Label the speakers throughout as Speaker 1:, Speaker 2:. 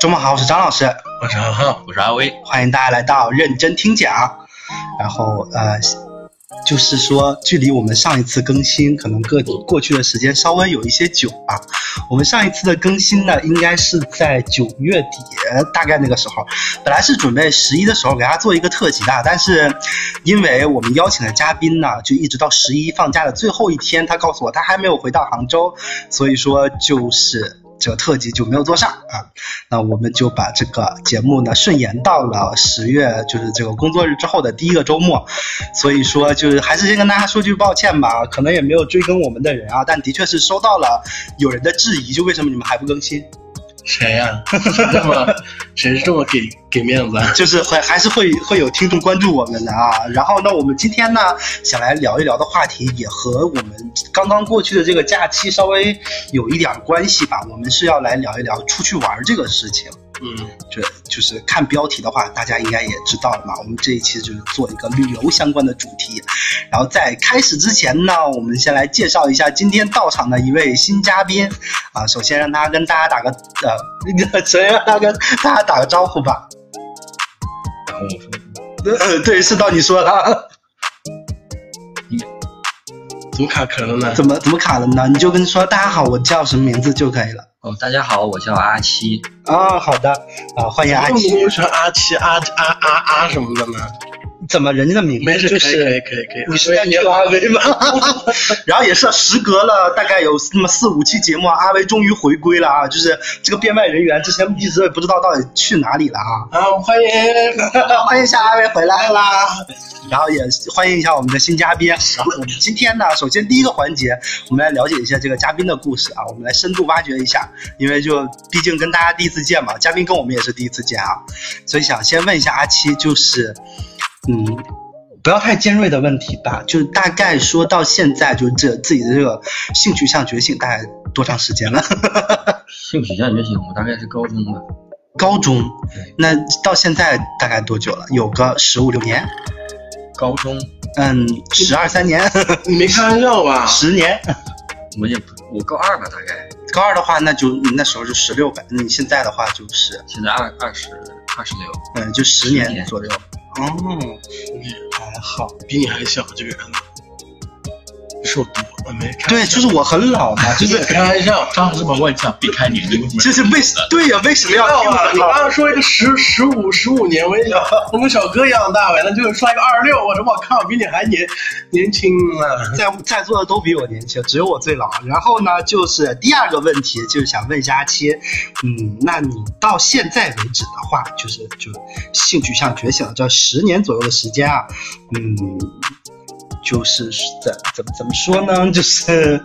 Speaker 1: 周末好，我是张老师，
Speaker 2: 我是浩浩，我是阿威。
Speaker 1: 欢迎大家来到认真听讲。然后呃，就是说，距离我们上一次更新，可能过过去的时间稍微有一些久啊。我们上一次的更新呢，应该是在九月底，大概那个时候。本来是准备十一的时候给大家做一个特辑的，但是因为我们邀请的嘉宾呢，就一直到十一放假的最后一天，他告诉我他还没有回到杭州，所以说就是。这个特辑就没有做上啊，那我们就把这个节目呢顺延到了十月，就是这个工作日之后的第一个周末。所以说，就是还是先跟大家说句抱歉吧，可能也没有追更我们的人啊，但的确是收到了有人的质疑，就为什么你们还不更新？
Speaker 2: 谁 呀、谁这么谁这么给给面子啊？
Speaker 1: 就是会还是会会有听众关注我们的啊。然后呢，我们今天呢想来聊一聊的话题，也和我们刚刚过去的这个假期稍微有一点关系吧。我们是要来聊一聊出去玩儿这个事情。
Speaker 2: 嗯，
Speaker 1: 这就是看标题的话，大家应该也知道了嘛。我们这一期就是做一个旅游相关的主题。然后在开始之前呢，我们先来介绍一下今天到场的一位新嘉宾啊。首先让他跟大家打个呃， 首先让他跟大家打个招呼吧。
Speaker 2: 然后我说
Speaker 1: 呃，对，是到你说了，
Speaker 2: 怎么卡壳了呢？
Speaker 1: 怎么怎么卡了呢？你就跟说大家好，我叫什么名字就可以了。
Speaker 3: 哦，大家好，我叫阿七。
Speaker 1: 啊，好的，啊，欢迎阿
Speaker 2: 为
Speaker 1: 奇
Speaker 2: 什。么喜欢阿七阿阿阿阿什么的呢？
Speaker 1: 怎么人家的名字
Speaker 2: 没事，
Speaker 1: 就
Speaker 2: 可以可以
Speaker 1: 是？
Speaker 2: 可以可以。
Speaker 1: 你是在
Speaker 2: 你有阿威吗？
Speaker 1: 然后也是时隔了大概有那么四五期节目啊，阿威终于回归了啊！就是这个变卖人员，之前一直也不知道到底去哪里了啊！
Speaker 2: 啊，欢迎
Speaker 1: 欢迎一下阿威回来啦！然后也欢迎一下我们的新嘉宾。然后我们今天呢，首先第一个环节，我们来了解一下这个嘉宾的故事啊，我们来深度挖掘一下，因为就毕竟跟大家第一次见嘛，嘉宾跟我们也是第一次见啊，所以想先问一下阿七，就是，嗯，不要太尖锐的问题吧，就是大概说到现在，就是这自己的这个性取向觉醒大概多长时间了？
Speaker 3: 性取向觉醒，我大概是高中吧，
Speaker 1: 高中
Speaker 3: 对，
Speaker 1: 那到现在大概多久了？有个十五六年，
Speaker 3: 高中
Speaker 1: 嗯，十二三年，
Speaker 2: 你没开玩笑吧？
Speaker 1: 十年。
Speaker 3: 我也不，我高二吧，大概
Speaker 1: 高二的话，那就那时候就十六呗。你现在的话就是，
Speaker 3: 现在二二十二十六。
Speaker 1: 嗯，就十
Speaker 3: 十
Speaker 1: 年
Speaker 3: 年
Speaker 1: 左右。哦，还好。
Speaker 2: 哎比你还小，这个人是我多，我没开
Speaker 1: 对，
Speaker 2: 玩笑
Speaker 1: 就是我很老嘛，就
Speaker 2: 就是是开玩笑。张老师把我也想避开你，你
Speaker 1: 就
Speaker 2: 这
Speaker 1: 是为对呀、为什么要听我
Speaker 2: 啊你
Speaker 1: 的
Speaker 2: 刚
Speaker 1: 话？
Speaker 2: 刚说一个十十五十五年，我也 想，我跟小哥一样大呗，那就是说一个二十六，我啊说我靠，比你还年年轻啊！
Speaker 1: 在在座的都比我年轻，只有我最老。然后呢，就是第二个问题，就是想问一下阿七，嗯，那你到现在为止的话，就是就性取向觉醒了这十年左右的时间啊，嗯，就是怎怎么怎么说呢？就是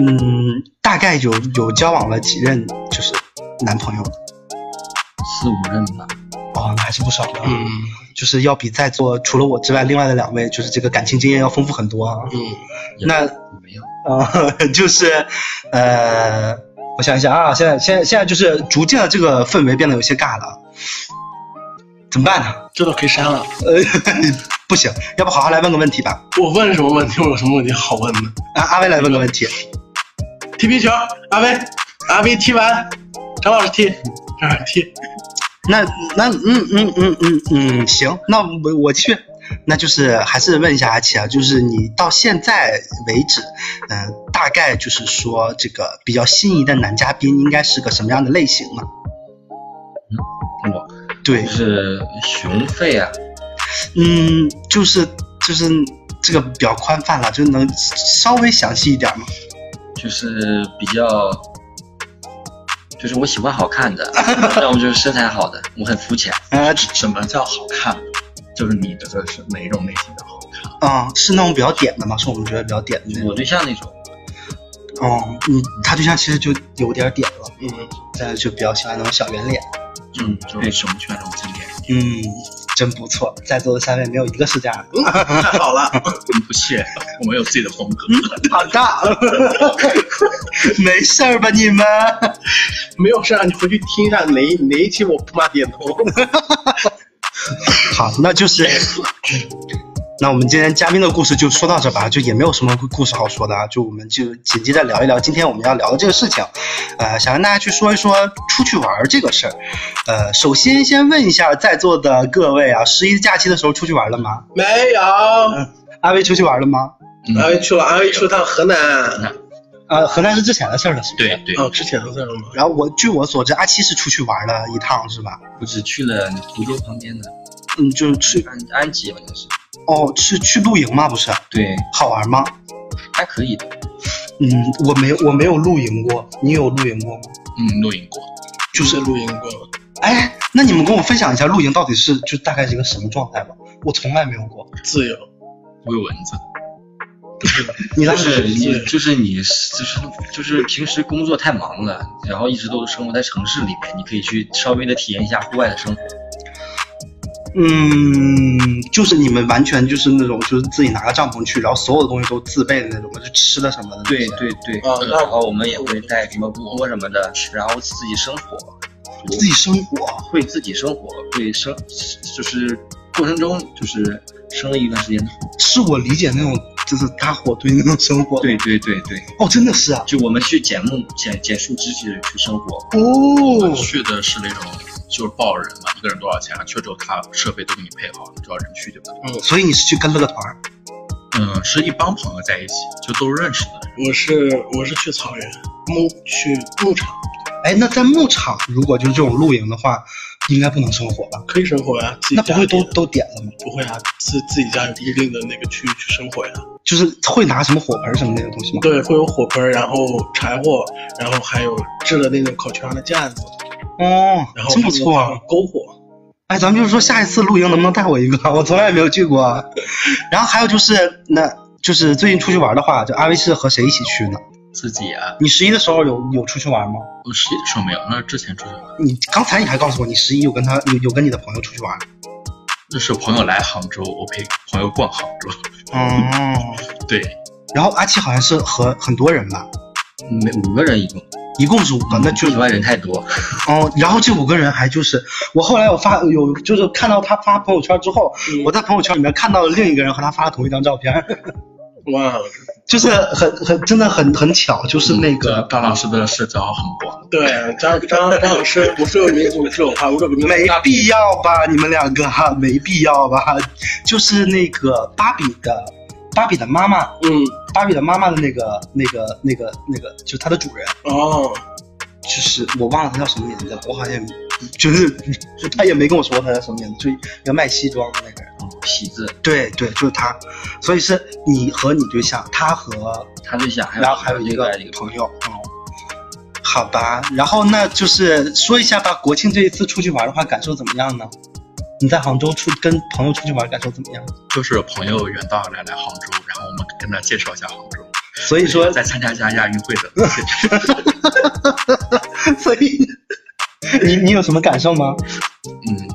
Speaker 1: 嗯，大概有有交往了几任就是男朋友
Speaker 3: 四五任吧，
Speaker 1: 哦，那还是不少的，
Speaker 2: 嗯
Speaker 1: 就是要比在座除了我之外另外的两位，就是这个感情经验要丰富很多啊。
Speaker 2: 嗯，
Speaker 3: 也
Speaker 1: 那
Speaker 3: 没有，
Speaker 1: 啊， 就是，呃，我想一想啊，现在现在现在就是逐渐的这个氛围变得有些尬了，怎么办呢？
Speaker 2: 这都可以删了。
Speaker 1: 呃， 不行，要不好好来问个问题吧。
Speaker 2: 我问什么问题？我有什么问题好问的？
Speaker 1: 啊，阿威来问个问题，
Speaker 2: 踢皮球，阿威，阿威踢完，张老师踢，张老师踢，
Speaker 1: 那那嗯嗯嗯嗯嗯，行，那我我去，那就是还是问一下阿奇啊，就是你到现在为止，嗯、大概就是说这个比较心仪的男嘉宾应该是个什么样的类型呢？
Speaker 3: 我
Speaker 1: 对
Speaker 3: 就，是雄肺啊，
Speaker 1: 嗯，就是就是这个比较宽泛了，就能稍微详细一点嘛。
Speaker 3: 就是比较，就是我喜欢好 看的，要么就是身材好的，我很肤浅。
Speaker 1: 呃，
Speaker 4: 什么叫好看？就是你觉得是哪种类型的好看？
Speaker 1: 嗯，是那种比较点的嘛，是我们觉得比较点的那种。
Speaker 3: 我对象那种，
Speaker 1: 哦，你他对象其实就有点点了，
Speaker 2: 嗯，
Speaker 1: 但是就比较喜欢那种小圆脸。
Speaker 4: 就是被什么圈中经典？
Speaker 1: 嗯，真不错，在座的三位没有一个是这样的。
Speaker 2: 太好了，
Speaker 4: 不屑，我们有自己的风格。
Speaker 1: 嗯好的， 没事儿吧你们？
Speaker 2: 没有事啊，你回去听一下哪一哪一期我不骂点头。
Speaker 1: 好，那就是那我们今天嘉宾的故事就说到这吧，就也没有什么故事好说的啊，就我们就紧接着聊一聊今天我们要聊的这个事情，呃，想让大家去说一说出去玩儿这个事儿。呃，首先先问一下在座的各位啊，十一假期的时候出去玩了吗？
Speaker 2: 没有，嗯
Speaker 1: 阿威出去玩了吗？
Speaker 2: 阿威去了，阿威去了趟河南。
Speaker 1: 呃，河南是之前的事儿了，是不是？
Speaker 3: 对
Speaker 4: 嗯
Speaker 3: 对，
Speaker 2: 哦，之前的事儿吗？
Speaker 1: 然后我据我所知，阿七是出去玩了一趟，是吧？
Speaker 3: 我只去了湖州旁边的
Speaker 1: 嗯，就是去
Speaker 3: 安安吉，好像是。
Speaker 1: 哦，是去露营吗？不是，
Speaker 3: 对，
Speaker 1: 好玩吗？
Speaker 3: 还可以的。
Speaker 1: 嗯，我没我没有露营过，你有露营过吗？
Speaker 4: 嗯，露营过，
Speaker 2: 就是露营过，
Speaker 1: 哎，那你们跟我分享一下露营到底是就大概是一个什么状态吧？我从来没有过。
Speaker 2: 自由。
Speaker 4: 我有蚊子，
Speaker 1: 你呢？
Speaker 3: 就是你
Speaker 2: 对，
Speaker 3: 就是你，就是就是平时工作太忙了，然后一直都生活在城市里面，你可以去稍微的体验一下户外的生活。
Speaker 1: 嗯，就是你们完全就是那种就是自己拿个帐篷去，然后所有的东西都自备的那种，就吃的什么的。
Speaker 3: 对。对对，
Speaker 2: 啊那
Speaker 3: 然后我们也会带什么锅什么的，然后自己生火，
Speaker 1: 自己生啊活，
Speaker 3: 会自己生火，会生，就是过程中就是生了一段时间的火。
Speaker 1: 是我理解那种就是搭火堆那种生活。
Speaker 3: 对对对对，
Speaker 1: 哦，真的是啊。
Speaker 3: 就我们去捡木捡捡树枝去去生火，
Speaker 1: 哦
Speaker 4: 我去的是那种就是报人嘛，一个人多少钱，去之后他设备都给你配好，你只要人去就可以。
Speaker 1: 所以你是去跟了个团儿，
Speaker 4: 嗯，是一帮朋友在一起，就都是认识的人。
Speaker 2: 我是我是去草原牧去牧场，
Speaker 1: 哎，那在牧场如果就是这种露营的话，应该不能生火吧？
Speaker 2: 可以生火呀、自己
Speaker 1: 那
Speaker 2: 家
Speaker 1: 不会都
Speaker 2: 里的
Speaker 1: 都点了吗？
Speaker 2: 不会啊，自自己家有一定的那个区域去生火呀、
Speaker 1: 就是会拿什么火盆什么那种东西吗？
Speaker 2: 对，会有火盆儿，然后柴火，然后还有制的那种烤全羊的架子，
Speaker 1: 哦
Speaker 2: 然后
Speaker 1: 真不错啊！
Speaker 2: 篝火。
Speaker 1: 哎，咱们就是说下一次露营能不能带我一个？我 从来也没有去过。然后还有就是，那就是最近出去玩的话，就阿威是和谁一起去呢？
Speaker 4: 自己啊，呃
Speaker 1: 你十一的时候有有出去玩吗？
Speaker 4: 我实习的时候没有，那是之前出去玩，
Speaker 1: 你刚才你还告诉我，你十一有跟他有有跟你的朋友出去玩。
Speaker 4: 那是朋友来杭州，我陪朋友逛杭州。
Speaker 1: 哦。
Speaker 4: 对，
Speaker 1: 然后阿七好像是和很多人吧，
Speaker 3: 每五个人一共，
Speaker 1: 一共是五个，啊那
Speaker 4: 嗯
Speaker 1: 就
Speaker 3: 去外人太多，
Speaker 1: 哦，然后这五个人还就是我后来我发有就是看到他发朋友圈之后，我在朋友圈里面看到了另一个人和他发了同一张照片，
Speaker 2: 哇，
Speaker 1: 就是很很真的很很巧，就是那个、
Speaker 4: 张老师的社交很广，
Speaker 2: 对，张张张老师，我是有民族，是有文化，我这个民族
Speaker 1: 没
Speaker 2: 大
Speaker 1: 必要吧，你们两个哈，没必要吧，就是那个芭比的芭比的妈妈，
Speaker 2: 嗯，
Speaker 1: 芭比的妈妈的那个那个那个那个，就是她的主人，
Speaker 2: 哦，
Speaker 1: 就是我忘了她叫什么名字了，我好像也就是就她也没跟我说她叫什么名字，就一个卖西装的那个人。
Speaker 4: 嗯
Speaker 3: 痞子，
Speaker 1: 对对，就是他，所以是你和你对象，他和
Speaker 3: 他对象还有
Speaker 1: 然后还有一
Speaker 3: 另
Speaker 1: 个
Speaker 3: 外的一个朋
Speaker 1: 朋
Speaker 3: 友，
Speaker 1: 友，哦，好吧，然后那就是说一下吧，国庆这一次出去玩的话，感受怎么样呢？你在杭州出跟朋友出去玩，感受怎么样？
Speaker 4: 就是朋友远道而来来杭州，然后我们跟他介绍一下杭州，
Speaker 1: 所以说，
Speaker 4: 再参加一下亚运会的。
Speaker 1: 所以 你你有什么感受吗？
Speaker 4: 嗯，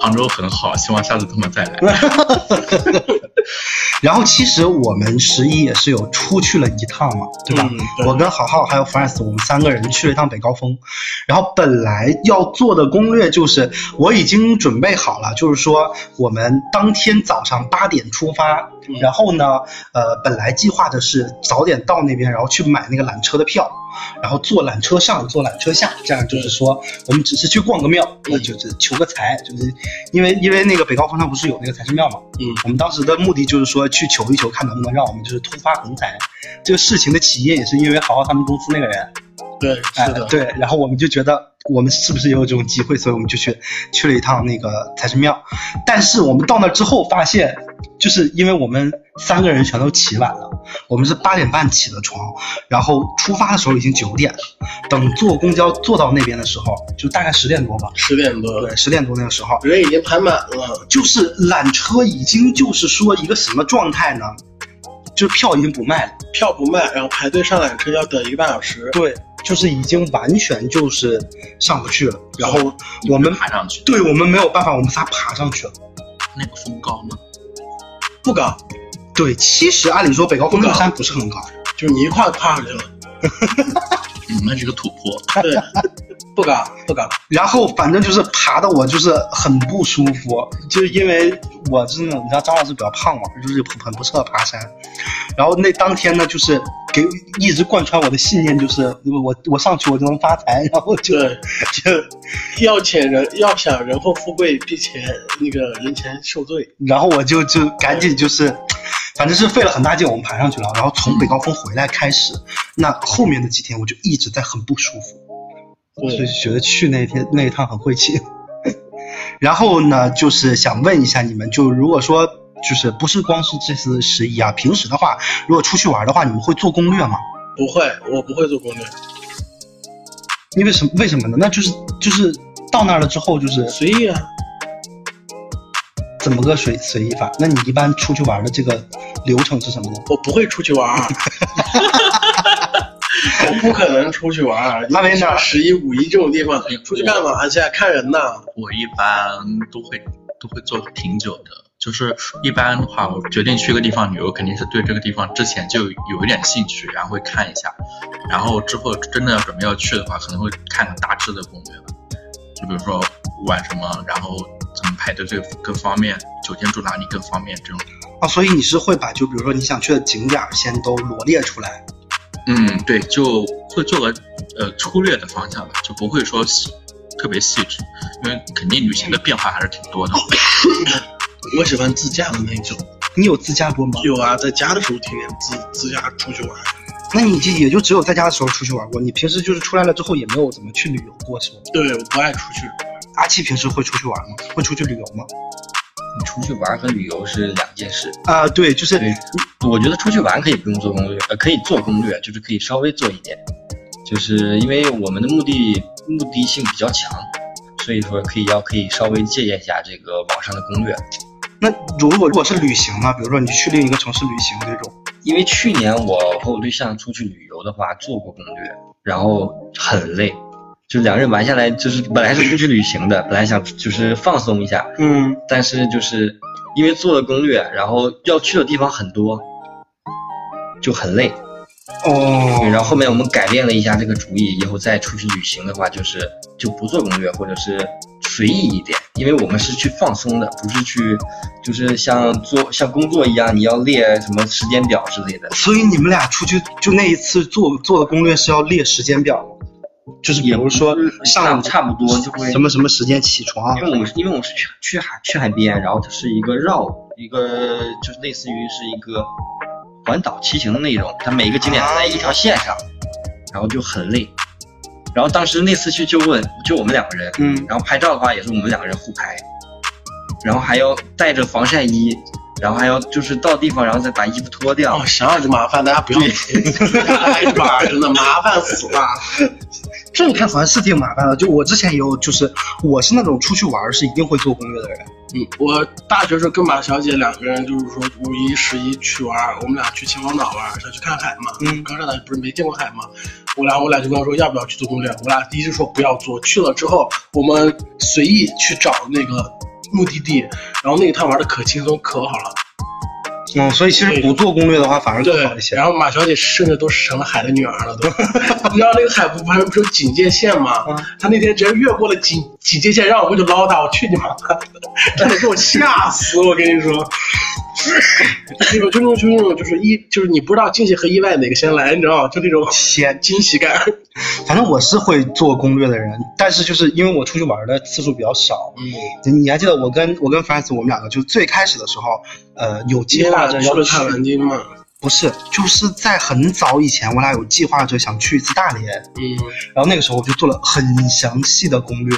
Speaker 4: 杭州很好，希望下次他们 再来。
Speaker 1: 然后其实我们十一也是有出去了一趟嘛，对吧？
Speaker 2: 嗯对
Speaker 1: 我跟郝浩还有 France，我们三个人去了一趟北高峰，然后本来要做的攻略就是我已经准备好了，就是说我们当天早上八点出发，
Speaker 2: 嗯
Speaker 1: 然后呢，呃，本来计划的是早点到那边，然后去买那个缆车的票，然后坐缆车上，坐缆车下，这样就是说我们只是去逛个庙，
Speaker 2: 嗯
Speaker 1: 那就是求个财，就是因为因为那个北高峰上不是有那个财神庙嘛，
Speaker 2: 嗯，
Speaker 1: 我们当时的目的就是说去求一求，看能不能让我们就是突发横财。这个事情的起因也是因为豪豪他们公司那个人，
Speaker 2: 对，
Speaker 1: 哎
Speaker 2: 是的，
Speaker 1: 对，然后我们就觉得我们是不是也有这种机会，所以我们就去去了一趟那个财神庙。但是我们到那之后发现，就是因为我们三个人全都起晚了，我们是八点半起的床，然后出发的时候已经九点了，等坐公交坐到那边的时候，就大概十点多吧，
Speaker 2: 十点多，
Speaker 1: 对，十点多那个时候，
Speaker 2: 人已经排满了，
Speaker 1: 就是缆车已经就是说一个什么状态呢？就是票已经不卖了，
Speaker 2: 票不卖，然后排队上缆车要等一个半小时。
Speaker 1: 对，就是已经完全就是上不去了。然后我们，
Speaker 4: 爬上去，
Speaker 1: 对我们没有办法，我们仨爬上去了。
Speaker 4: 那个峰高吗？
Speaker 2: 不高，
Speaker 1: 对，其实按理说北高峰那个山不是很高，
Speaker 2: 就是你一跨跨上去了。
Speaker 4: 嗯，那是个土坡。
Speaker 2: 对，不敢不敢，
Speaker 1: 然后反正就是爬的我就是很不舒服，就是因为我是那种你知道张老师比较胖嘛，就是很不适合爬山。然后那当天呢，就是给一直贯穿我的信念，就是我我上去我就能发财，然后就
Speaker 2: 对，
Speaker 1: 就
Speaker 2: 要钱人要想人后富贵，必前那个人前受罪。
Speaker 1: 然后我就就赶紧就是，反正是费了很大劲，我们爬上去了。然后从北高峰回来开始，那后面的几天我就一直在很不舒服，所以，
Speaker 2: 对
Speaker 1: 觉得去那天那一趟很晦气。 然后呢，就是想问一下你们，就如果说就是不是光是这次十一啊，平时的话，如果出去玩的话，你们会做攻略吗？
Speaker 2: 不会，我不会做攻略，
Speaker 1: 因为什么？为什么呢？那就是就是到那儿了之后，就是
Speaker 2: 随意啊。
Speaker 1: 怎么个随随意法？那你一般出去玩的这个流程是什么呢？
Speaker 2: 我不会出去玩儿，啊 我不可能出去玩儿。
Speaker 1: 那没事儿
Speaker 2: 像十一、五一这种地方，出去干嘛去？啊看人呐。
Speaker 4: 我一般都会都会做挺久的，就是一般的话，我决定去一个地方旅游，肯定是对这个地方之前就有一点兴趣，然后会看一下，然后之后真的要准备要去的话，可能会看个大致的攻略吧，就比如说玩什么，然后怎么排队最更方便，酒店住哪里更方便这种。
Speaker 1: 啊，所以你是会把就比如说你想去的景点儿先都罗列出来，
Speaker 4: 嗯，对，就会做个呃粗略的方向吧，就不会说细特别细致，因为肯定旅行的变化还是挺多的。
Speaker 2: 我喜欢自驾的那种。
Speaker 1: 你有自驾过吗？
Speaker 2: 有啊，在家的时候天天自自驾出去玩儿。
Speaker 1: 那你就也就只有在家的时候出去玩过，你平时就是出来了之后也没有怎么去旅游过，是吗？
Speaker 2: 对，我不爱出去。
Speaker 1: 阿七平时会出去玩吗？会出去旅游吗？
Speaker 3: 你出去玩和旅游是两件事。
Speaker 1: 啊、对，就是
Speaker 3: 对，我觉得出去玩可以不用做攻略，呃，可以做攻略，就是可以稍微做一点，就是因为我们的目的目的性比较强，所以说可以要可以稍微借鉴一下这个网上的攻略。
Speaker 1: 那如果如果是旅行呢，比如说你去另一个城市旅行这种，
Speaker 3: 因为去年我和我对象出去旅游的话做过攻略，然后很累，就两个人玩下来，就是本来是出去旅行的，本来想就是放松一下，
Speaker 1: 嗯，
Speaker 3: 但是就是因为做了攻略，然后要去的地方很多，就很累。对，
Speaker 1: 哦，
Speaker 3: 然后后面我们改变了一下这个主意，以后再出去旅行的话，就是就不做攻略，或者是随意一点，因为我们是去放松的，不是去就是像做像工作一样，你要列什么时间表之类的，
Speaker 1: 所以你们俩出去就那一次做做的攻略是要列时间表吗？就是比
Speaker 3: 也
Speaker 1: 如
Speaker 3: 不
Speaker 1: 说
Speaker 3: 差
Speaker 1: 上
Speaker 3: 不差不多就会
Speaker 1: 什么什么时间起床
Speaker 3: 因，为我们是因为我们是去去海去海边，然后它是一个绕一个就是类似于是一个环岛骑行的那种，它每一个景点
Speaker 1: 啊
Speaker 3: 都在一条线上，然后就很累。然后当时那次去就问，就我们两个人，
Speaker 1: 嗯，
Speaker 3: 然后拍照的话也是我们两个人互拍，然后还要带着防晒衣，然后还要就是到地方然后再把衣服脱掉
Speaker 2: 哦，，想想就麻烦，大家不要出去 哎挨着玩儿，真的麻烦死了。
Speaker 1: 这你看好像是挺麻烦的。就我之前也有，就是我是那种出去玩儿是一定会做攻略的人。
Speaker 2: 嗯，我大学时候跟马小姐两个人就是说五一、十一去玩儿，我们俩去秦皇岛玩儿，想去看海嘛。
Speaker 1: 嗯
Speaker 2: 刚上来不是没见过海嘛，我俩我俩就跟她说要不要去做攻略，我俩第一就说不要做，去了之后我们随意去找那个目的地，然后那一趟玩的可轻松可好了。
Speaker 1: 嗯，所以其实不做攻略的话反而更
Speaker 2: 对
Speaker 1: 好一，些
Speaker 2: 然。后马小姐甚至都成了海的女儿了，都。 你知道那个海不是不是有警戒线吗？
Speaker 1: 嗯
Speaker 2: 她那天直接越过了警警戒线，让我过去捞她，我去你妈的！真的给我吓死，我跟你说。 那种就那种就那种就是意就是你不知道惊喜和意外哪个先来，你知道吗？就那种
Speaker 1: 先，
Speaker 2: 惊喜感。
Speaker 1: 反正我是会做攻略的人，但是就是因为我出去玩儿的次数比较少。
Speaker 2: 嗯，
Speaker 1: 你还记得我跟我跟 Francis 我们两个就最开始的时候，呃，有
Speaker 2: 你
Speaker 1: 计划
Speaker 2: 俩
Speaker 1: 着
Speaker 2: 去
Speaker 1: 要
Speaker 2: 了
Speaker 1: 去
Speaker 2: 塔，兰金嘛？
Speaker 1: 不是，就是在很早以前，我俩有计划着想去一次大连，
Speaker 2: 嗯，
Speaker 1: 然后那个时候我就做了很详细的攻略，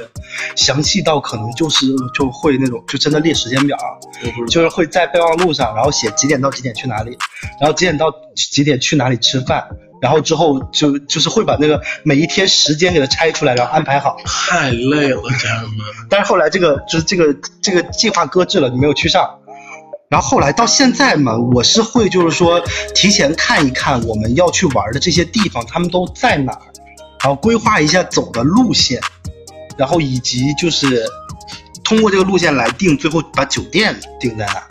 Speaker 1: 详细到可能就是就会那种就真的列时间表，啊
Speaker 2: 我不知道。
Speaker 1: 就是会在备忘录上，然后写几点到几点去哪里，然后几点到几点去哪里吃饭，然后之后就就是会把那个每一天时间给它拆出来，然后安排好。
Speaker 2: 太累了，家人们。
Speaker 1: 但是后来这个就是这个这个计划搁置了，你没有去上。然后后来到现在嘛，我是会就是说提前看一看我们要去玩的这些地方，他们都在哪儿，然后规划一下走的路线，然后以及就是通过这个路线来定，最后把酒店定在哪儿。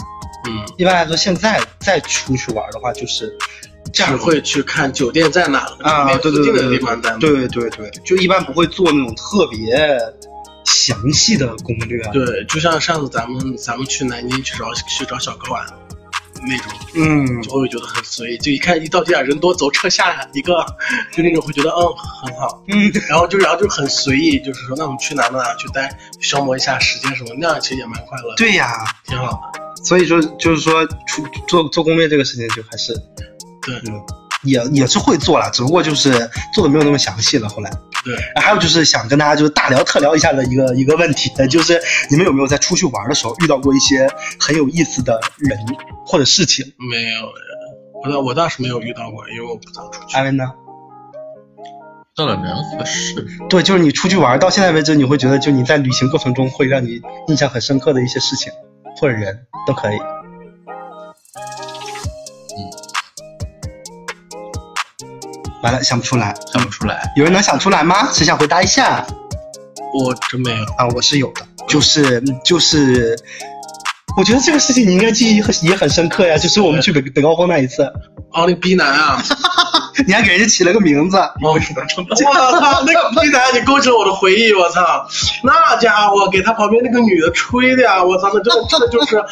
Speaker 2: 嗯，
Speaker 1: 一般来说，现在再出去玩的话，就是
Speaker 2: 只会去看酒店在哪儿
Speaker 1: 啊
Speaker 2: 没，
Speaker 1: 对
Speaker 2: 附
Speaker 1: 对
Speaker 2: 近的
Speaker 1: 对
Speaker 2: 地方在哪
Speaker 1: 对，对对对，就一般不会做那种特别详细的攻略。啊
Speaker 2: 对，就像上次咱们咱们去南京去找去找小高玩那种，
Speaker 1: 嗯，
Speaker 2: 就会觉得很随意，就一看一到地下人多走车下一个，就那种会觉得嗯很好，
Speaker 1: 嗯，
Speaker 2: 然后就然后就很随意，就是说那我们去哪哪哪去待，消磨一下时间什么，那样其实也蛮快乐，，
Speaker 1: 对呀，
Speaker 2: 挺好的。
Speaker 1: 所以说就是说出做做攻略这个事情就还是
Speaker 2: 对
Speaker 1: 嗯，也也是会做啦，只不过就是做的没有那么详细了。后来，
Speaker 2: 对，
Speaker 1: 啊还有就是想跟大家就是大聊特聊一下的一个一个问题， 呃就是你们有没有在出去玩的时候遇到过一些很有意思的人或者事情？
Speaker 2: 没有，我倒我倒是没有遇到过，因为我不常出去
Speaker 1: 艾。文呢？
Speaker 4: 到了人和事，
Speaker 1: 对，就是你出去玩到现在为止，你会觉得就你在旅行过程中会让你印象很深刻的一些事情或者人都可以。嗯完了，想不出来，
Speaker 4: 想不出来。
Speaker 1: 有人能想出来吗？谁想回答一下？
Speaker 2: 我真没有，
Speaker 1: 啊，我是有的，就是就是，我觉得这个事情你应该记忆很也很深刻呀，就是我们去北北高峰那一次，
Speaker 2: 哦，那个逼男啊，
Speaker 1: 你还给人家起了个名字，
Speaker 2: 我操，那个逼男，你勾起了我的回忆，我操，那家伙给他旁边那个女的吹的呀，我操，那真的真的就是，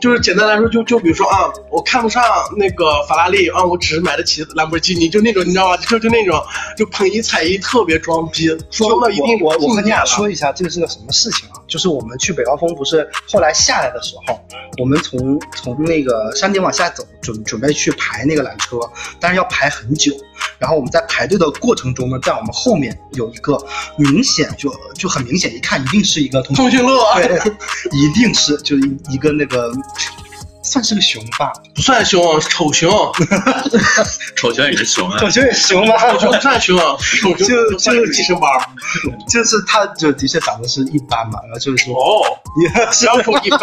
Speaker 2: 就是简单来说，就就比如说啊，我看不上那个法拉利啊，我只买得起兰博基尼，就那种你知道吗？就就那种，就捧一踩一，特别装逼，装到一定
Speaker 1: 我我我和
Speaker 2: 境
Speaker 1: 你
Speaker 2: 界
Speaker 1: 俩
Speaker 2: 了。
Speaker 1: 说一下，这个是个什么事情啊？就是我们去北高峰，不是后来下来的时候，我们从从那个山顶往下走，准准备去排那个缆车，但是要排很久。然后我们在排队的过程中呢，在我们后面有一个明显就就很明显，一看一定是一个同学
Speaker 2: 通讯录啊，
Speaker 1: 对， 一定是就是一个那个，算是个熊吧，
Speaker 2: 不算熊，丑熊，
Speaker 4: 丑熊也是熊啊，
Speaker 1: 狗熊也是熊吧，
Speaker 2: 丑熊不算熊，丑熊
Speaker 1: 就
Speaker 2: 不算
Speaker 1: 就是
Speaker 2: 替身包。
Speaker 1: 就是它就的确长得是一般嘛，然后就是说，
Speaker 2: 哦，相处一般，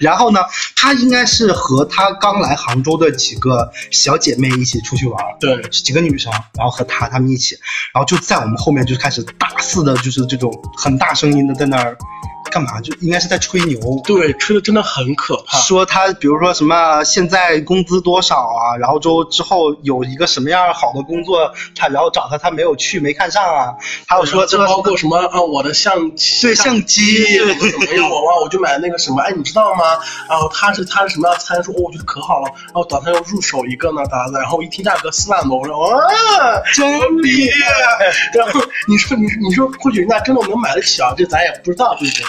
Speaker 1: 然后呢，它应该是和她刚来杭州的几个小姐妹一起出去玩儿，
Speaker 2: 对，
Speaker 1: 几个女生，然后和她她们一起，然后就在我们后面就开始大肆的，就是这种很大声音的在那儿干嘛，就应该是在吹牛，
Speaker 2: 对，吹的真的很可怕。
Speaker 1: 说他比如说什么现在工资多少啊，然后之后之后有一个什么样好的工作，他然后找他他没有去没看上啊，还有说这
Speaker 2: 包括什么啊，我的相机，
Speaker 1: 对相机
Speaker 2: 什么什么 要我哇，我就买那个什么，哎，你知道吗？然后它是它是什么样的参数，哦，我觉得可好了。然后打算要入手一个呢，咋咋，然后一听价格四万多，我说啊，
Speaker 1: 真
Speaker 2: 厉害。然后你说你你说，或许人家真的能买得起啊，这咱也不知道对不对？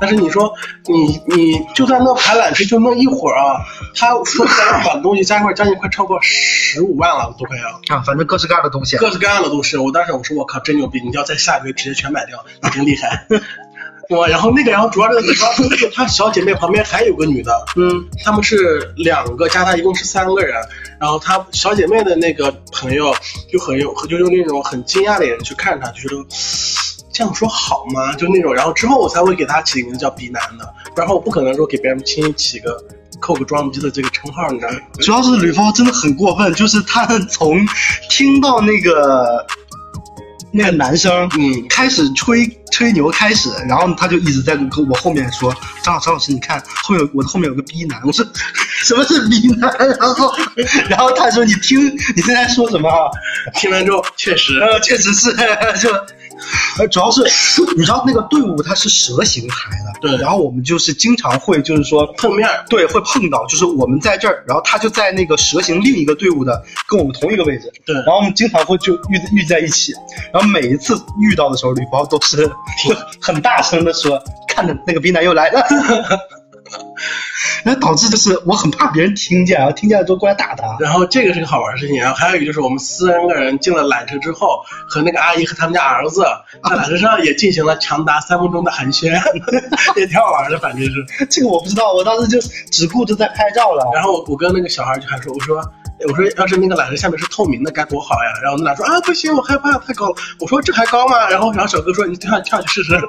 Speaker 2: 但是你说你你就在那排缆车就那一会儿啊，他说起来买的东西加一块儿将近快超过十五万了，都快要。
Speaker 1: 啊，反正各式各样的东西啊。
Speaker 2: 各式各样的都是。我当时我说我靠，真牛逼！你要再下一个月直接全买掉，你真厉害。 我然后那个，然后主要是主要是她小姐妹旁边还有个女的，
Speaker 1: 嗯，
Speaker 2: 她们是两个加她一共是三个人。然后她小姐妹的那个朋友就很有，就用那种很惊讶的眼神去看她，就觉得这样说好吗？就那种。然后之后我才会给她起个名字叫鼻男的，不然我不可能说给别人轻易起个扣个装逼的这个称号，你知道吗？
Speaker 1: 主要是吕峰真的很过分，就是他从听到那个那个男生
Speaker 2: 嗯，
Speaker 1: 开始吹吹牛开始，然后他就一直在跟我后面说：“张老张老师，你看后面有我的后面有个逼男。”我说：“ 什么是逼男？”然后然后他说：“你听你现在说什么啊
Speaker 2: 听完之后确实？”，
Speaker 1: 呃，确实是就。呃主要是你知道那个队伍它是蛇形排的，
Speaker 2: 对
Speaker 1: 然后我们就是经常会就是说
Speaker 2: 碰面儿
Speaker 1: 对，会碰到，就是我们在这儿，然后他就在那个蛇形另一个队伍的跟我们同一个位置，
Speaker 2: 对
Speaker 1: 然后我们经常会就遇遇在一起，然后每一次遇到的时候，吕包都是 很大声的说，看着那个冰男又来了， 然后导致就是我很怕别人听见，然啊后听见了之后过来打他，
Speaker 2: 然后这个是个好玩的事情，然后还有一个就是我们三个人进了缆车之后，和那个阿姨和他们家儿子在缆车上也进行了长达三分钟的寒暄， 也挺好玩的，反正是。
Speaker 1: 这个我不知道，我当时就只顾着在拍照了。
Speaker 2: 然后我跟那个小孩就还说，我说，我说要是那个缆车下面是透明的该多好呀。然后我们俩说啊不行，我害怕太高了。我说这还高吗？然后然后小哥说你跳下跳下去试 试。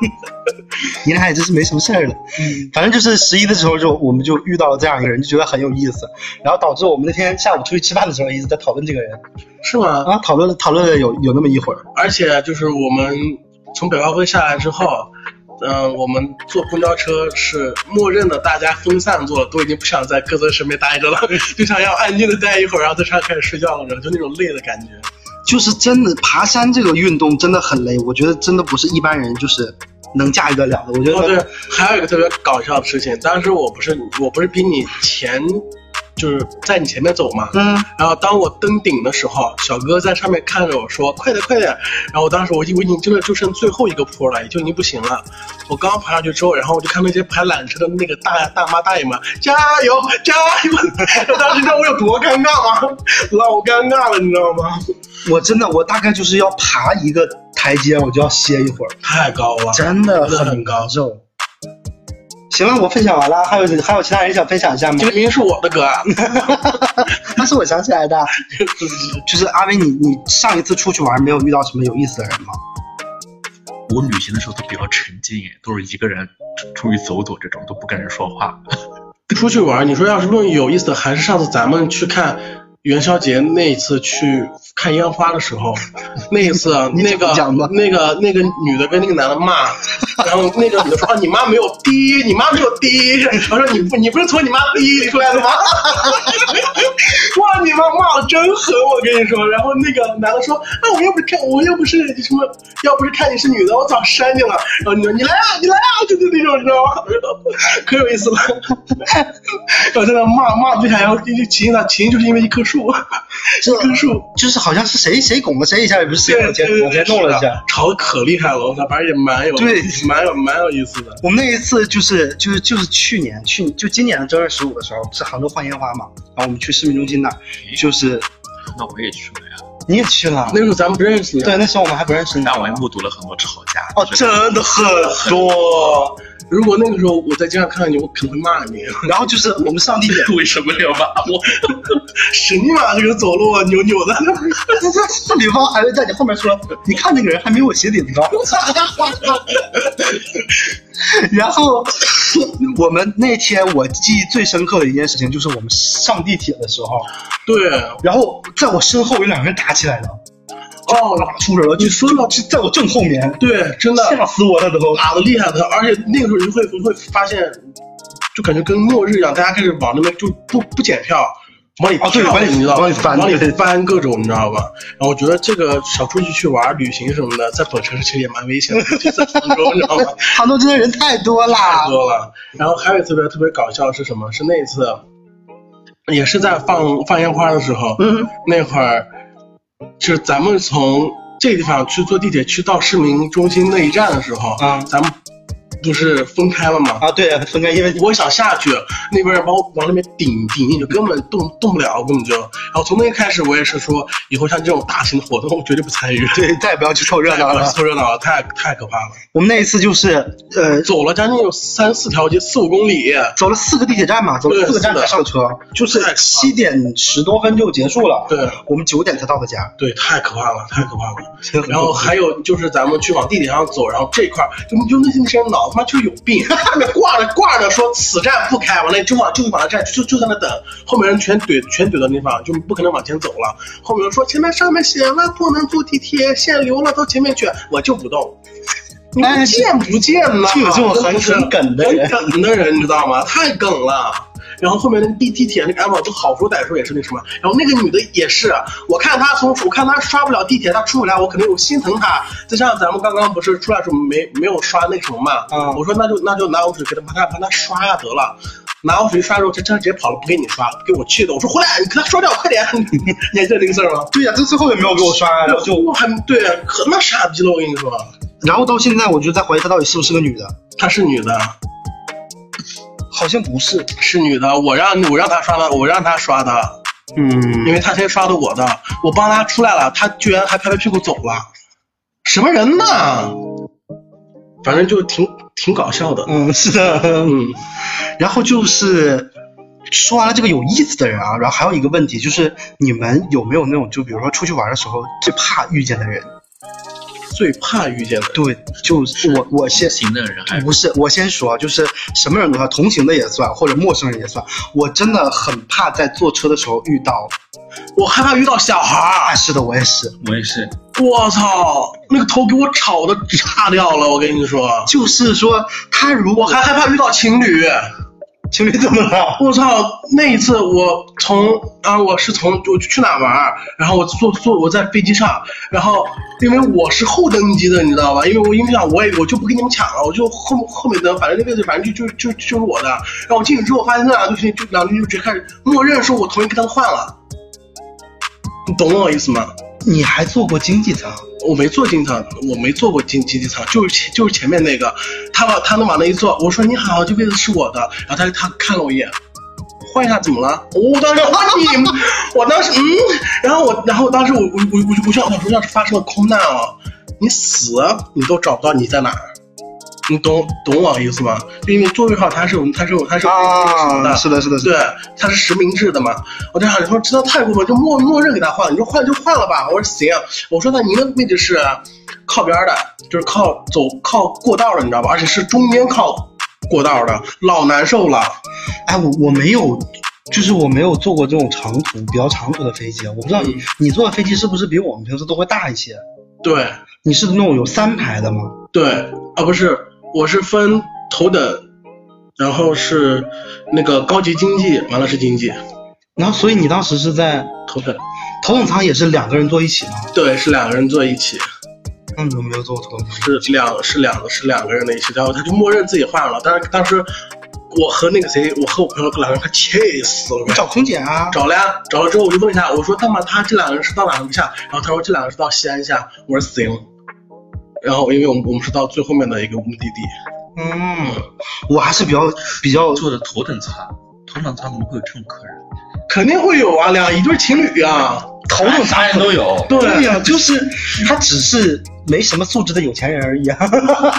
Speaker 1: 你俩也真是没什么事儿了。嗯，反正就是十一的时候就我们就遇到了这样一个人，就觉得很有意思，然后导致我们那天下午出去吃饭的时候一直在讨论这个人，
Speaker 2: 是吗？
Speaker 1: 啊，讨论了讨论了有有那么一会儿，
Speaker 2: 而且就是我们从北高峰下来之后，呃，我们坐公交车是默认的，大家分散坐，都已经不想在各自身边待着了，就想要安静的待一会儿，然后在车上开始睡觉了，然后就那种累的感觉。
Speaker 1: 就是真的爬山这个运动真的很累，我觉得真的不是一般人就是能驾驭得了的。我觉
Speaker 2: 然哦后对
Speaker 1: 得，
Speaker 2: 还有一个特别搞笑的事情，当时我不是我不是比你前，就是在你前面走嘛，
Speaker 1: 嗯，
Speaker 2: 然后当我登顶的时候，小哥在上面看着我说：“快点，快点！”然后我当时我已经我已经真的就剩最后一个坡了，也就已经不行了。我刚爬上去之后，然后我就看那些排缆车的那个大大妈大爷们，加油， 加油！然后当时你知道我有多尴尬吗？老尴尬了，你知道 吗？
Speaker 1: 我真的我大概就是要爬一个台阶，我就要歇一会儿，
Speaker 2: 太高了，
Speaker 1: 真的
Speaker 2: 真的
Speaker 1: 很
Speaker 2: 很高
Speaker 1: 难受。行了，我分享完了，还有还有其他人想分享一下吗
Speaker 2: 这？个明明是我的歌啊！
Speaker 1: 那是我想起来的，
Speaker 2: 对不起
Speaker 1: 就是阿威，你你上一次出去玩没有遇到什么有意思的人吗？
Speaker 4: 我旅行的时候都比较沉浸，哎都是一个人出出去走走这种，都不跟人说话。
Speaker 2: 出去玩，你说要是论有意思的，还是上次咱们去看元宵节那一次去看烟花的 时候，那一次啊
Speaker 1: 你
Speaker 2: 那个
Speaker 1: 讲吧
Speaker 2: 那个那个女的跟那个男的 骂，然后那个女的说啊你妈没有滴，你妈没有滴，我说你不你不是从你妈滴里出来的吗？哇，你妈骂的真狠，我跟你说。然后那个男的说啊我又不是看我又不是什么，要不是看你是女的，我早删你了。然后你说你来啊你来啊，就是那种你知道吗？可有意思了。然后在那骂骂不想要，就就起因了，起因就是因为一棵树，
Speaker 1: 这
Speaker 2: 一棵树
Speaker 1: 就是好像是谁谁拱了谁一下，也不是谁往前往前弄了一下。，
Speaker 2: 吵得可厉害了，我操，反正也蛮有，
Speaker 1: 对
Speaker 2: 蛮有蛮有意思的。
Speaker 1: 我们那一次就是就是就是去年去就今年的正月十五的时候，不是杭州放烟花嘛，然后我们去市民中心那儿，就是
Speaker 4: 那我也去了呀，
Speaker 1: 你也去了，
Speaker 2: 那时候咱们不认识你，啊
Speaker 1: 对，啊那时候我们还不认识你呢，
Speaker 4: 但我也目睹了很多吵架。
Speaker 1: 哦，
Speaker 4: 就是
Speaker 1: 真的很多。
Speaker 2: 如果那个时候我在街上看到你，我可能会骂你，
Speaker 1: 然后就是 我们上地铁，
Speaker 4: 为什么要骂我？
Speaker 2: 神马这个走路啊，扭 扭的，
Speaker 1: 女方还会在你后面说：“你看那个人还没有我鞋底子高。” 然后我们那天我记忆最深刻的一件事情就是我们上地铁的时候，
Speaker 2: 对，
Speaker 1: 然后在我身后有两个人打起来了，
Speaker 2: 哦，
Speaker 1: 出手了，就说到就在我正后面，
Speaker 2: 对，真的
Speaker 1: 吓死我了都。
Speaker 2: 打的厉害的，而且那个时候你就会会发现，就感觉跟末日一样，大家开始往那边就不不检票，往里
Speaker 1: 哦对
Speaker 2: 跳
Speaker 1: 往里
Speaker 2: 你知道吗
Speaker 1: 往里翻
Speaker 2: 往里
Speaker 1: 对
Speaker 2: 翻各种，你知道吧？然后我觉得这个少出去去玩、旅行什么的，在本城市其实也蛮危险的，就在杭州，你知道吗？
Speaker 1: 杭州真的人太多啦
Speaker 2: 太，多了。然后还有一次特别特别搞笑的是什么？是那一次，也是在放放烟花的时候，
Speaker 1: 嗯，
Speaker 2: 那会儿就是咱们从这个地方去坐地铁去到市民中心那一站的时候，
Speaker 1: 啊
Speaker 2: 咱们不是分开了吗？
Speaker 1: 啊，对，分开，因为
Speaker 2: 我想下去，那边人把我往那边顶顶进去，根本动动不了，根本就。然后从那开始，我也是说，以后像这种大型的活动，我绝对不 参与。
Speaker 1: 对，再也不要去凑热闹了。
Speaker 2: 凑热闹了，太太可怕了。
Speaker 1: 我们那一次就是呃，
Speaker 2: 走了将近有三四条街，四五公里，
Speaker 1: 走了四个地铁站嘛，走了四个站才
Speaker 2: 对是
Speaker 1: 上车，就是
Speaker 2: 太可怕了
Speaker 1: 七点十多分就结束了。
Speaker 2: 对
Speaker 1: 我们九点才到的家。
Speaker 2: 对，太可怕了，太可怕了。然后还有就是咱们去往地铁上走，然后这块儿就就那些人脑他妈就是有病，他们挂着挂着说此站不开，完了就往就往那站就就在那等，后面人全怼全怼到那地方，就不可能往前走了。后面人说前面上面写了不能坐地铁，限流了，到前面去，我就不动。你
Speaker 1: 哎
Speaker 2: 们贱不贱 呐？
Speaker 1: 就有 这种很
Speaker 2: 真
Speaker 1: 很梗的人
Speaker 2: 很梗的人，你知道吗？太梗了。然后后面那地地铁那个安保就好说歹说也是那什么，然后那个女的也是，我看她从我看她刷不了地铁，她出不来，我肯定我心疼她。就像咱们刚刚不是出来的时候没没有刷那个什么嘛，
Speaker 1: 嗯
Speaker 2: 我说那就那就拿我手机给她把她把她刷呀得了。拿我手机刷之后，这这直接跑了，不给你刷了，给我气的。我说回来，你给她刷掉，快点！ 你还记得这个事儿吗？
Speaker 1: 对呀、这最后也没有给我刷，然后哎就，
Speaker 2: 我还对，可那傻逼了，我跟你说，
Speaker 1: 然后到现在我就在怀疑她到底是不是个女的，
Speaker 2: 她是女的，
Speaker 1: 好像不是。
Speaker 2: 是女的，我让我让她刷的，我让她刷的。因
Speaker 1: 嗯，
Speaker 2: 为他先刷的我的，我帮他出来了，他居然还拍拍屁股走了，什么人呢？反正就挺挺搞笑的。
Speaker 1: 嗯，是的。
Speaker 2: 嗯，
Speaker 1: 然后就是说完了这个有意思的人啊，然后还有一个问题就是，你们有没有那种就比如说出去玩的时候最怕遇见的人？
Speaker 2: 最怕遇见的
Speaker 1: 对，就是我我先
Speaker 4: 同行的人还
Speaker 1: 不是我先说，啊就是什么人都算，同行的也算，或者陌生人也算。我真的很怕在坐车的时候遇到，
Speaker 2: 我害怕遇到小孩
Speaker 1: 啊，
Speaker 2: 儿，
Speaker 1: 是的，我也是，
Speaker 3: 我也是，
Speaker 2: 我操，那个头给我吵的炸掉了，我跟你说，
Speaker 1: 就是说他如
Speaker 2: 我
Speaker 1: 果
Speaker 2: 还害怕遇到情侣。
Speaker 1: 情侣怎么 了？
Speaker 2: 我操！那一次我从啊，我是从我去哪玩儿，然后我坐坐我在飞机上，然后因为我是后登机的，你知道吧？因为我因为想我也我就不跟你们抢了，我就后后面登，反正那位置反正就就就就是我的。然后我进去之后，发现那两队就两队就直接开始默认说我同意跟他们换了，你懂我意思吗？
Speaker 1: 你还坐过经济舱？
Speaker 2: 我没坐经济舱，我没坐过经经济舱，就是前就是前面那个，他往他能往那一坐，我说你好，这位置是我的，然后他他看了我一眼，换一下怎么了？我当 时我你，我当时嗯，然后我然后当时我我我我就我就想说，要是发生了空难啊，你死你都找不到你在哪儿，你懂懂我意思吗？就因为座位号它是有它是有它是有
Speaker 1: 啊，是的，是的，是的。
Speaker 2: 对，它是实名制的嘛。我就想说，这道太过分，就默默认给他换了。你说换就换了吧。我说行，我说那您的位置是靠边儿的，就是靠走靠过道的，你知道吧？而且是中间靠过道的，老难受了。
Speaker 1: 哎，我我没有，就是我没有坐过这种长途比较长途的飞机，我不知道你你坐的飞机是不是比我们平时都会大一些？
Speaker 2: 对
Speaker 1: 你是那种有三排的吗？
Speaker 2: 对，啊不是，我是分头等，然后是那个高级经济，完了是经济
Speaker 1: 然后所以你当时是在
Speaker 2: 头等，
Speaker 1: 头等舱也是两个人坐一起吗？
Speaker 2: 对，是两个人坐一起。
Speaker 1: 那你有没有坐过头等舱？
Speaker 2: 是两是两是两个人的一起，然后他就默认自己换了。但是当时我和那个谁，我和我朋友两个人快气死了
Speaker 1: 你。找空姐啊？
Speaker 2: 找了呀，找了之后我就问一下，我说干嘛他这两个人是到哪儿下？然后他说这两个人是到西安下。我说行。然后因为我们我们是到最后面的一个目的地，
Speaker 1: 嗯，我还是比较比较
Speaker 4: 坐的头等舱，头等舱怎么会有这种客人？
Speaker 2: 肯定会有啊，两一对情侣啊，
Speaker 1: 头等舱
Speaker 4: 啥人 都有，
Speaker 1: 对呀、就是他只是没什么素质的有钱人而已啊。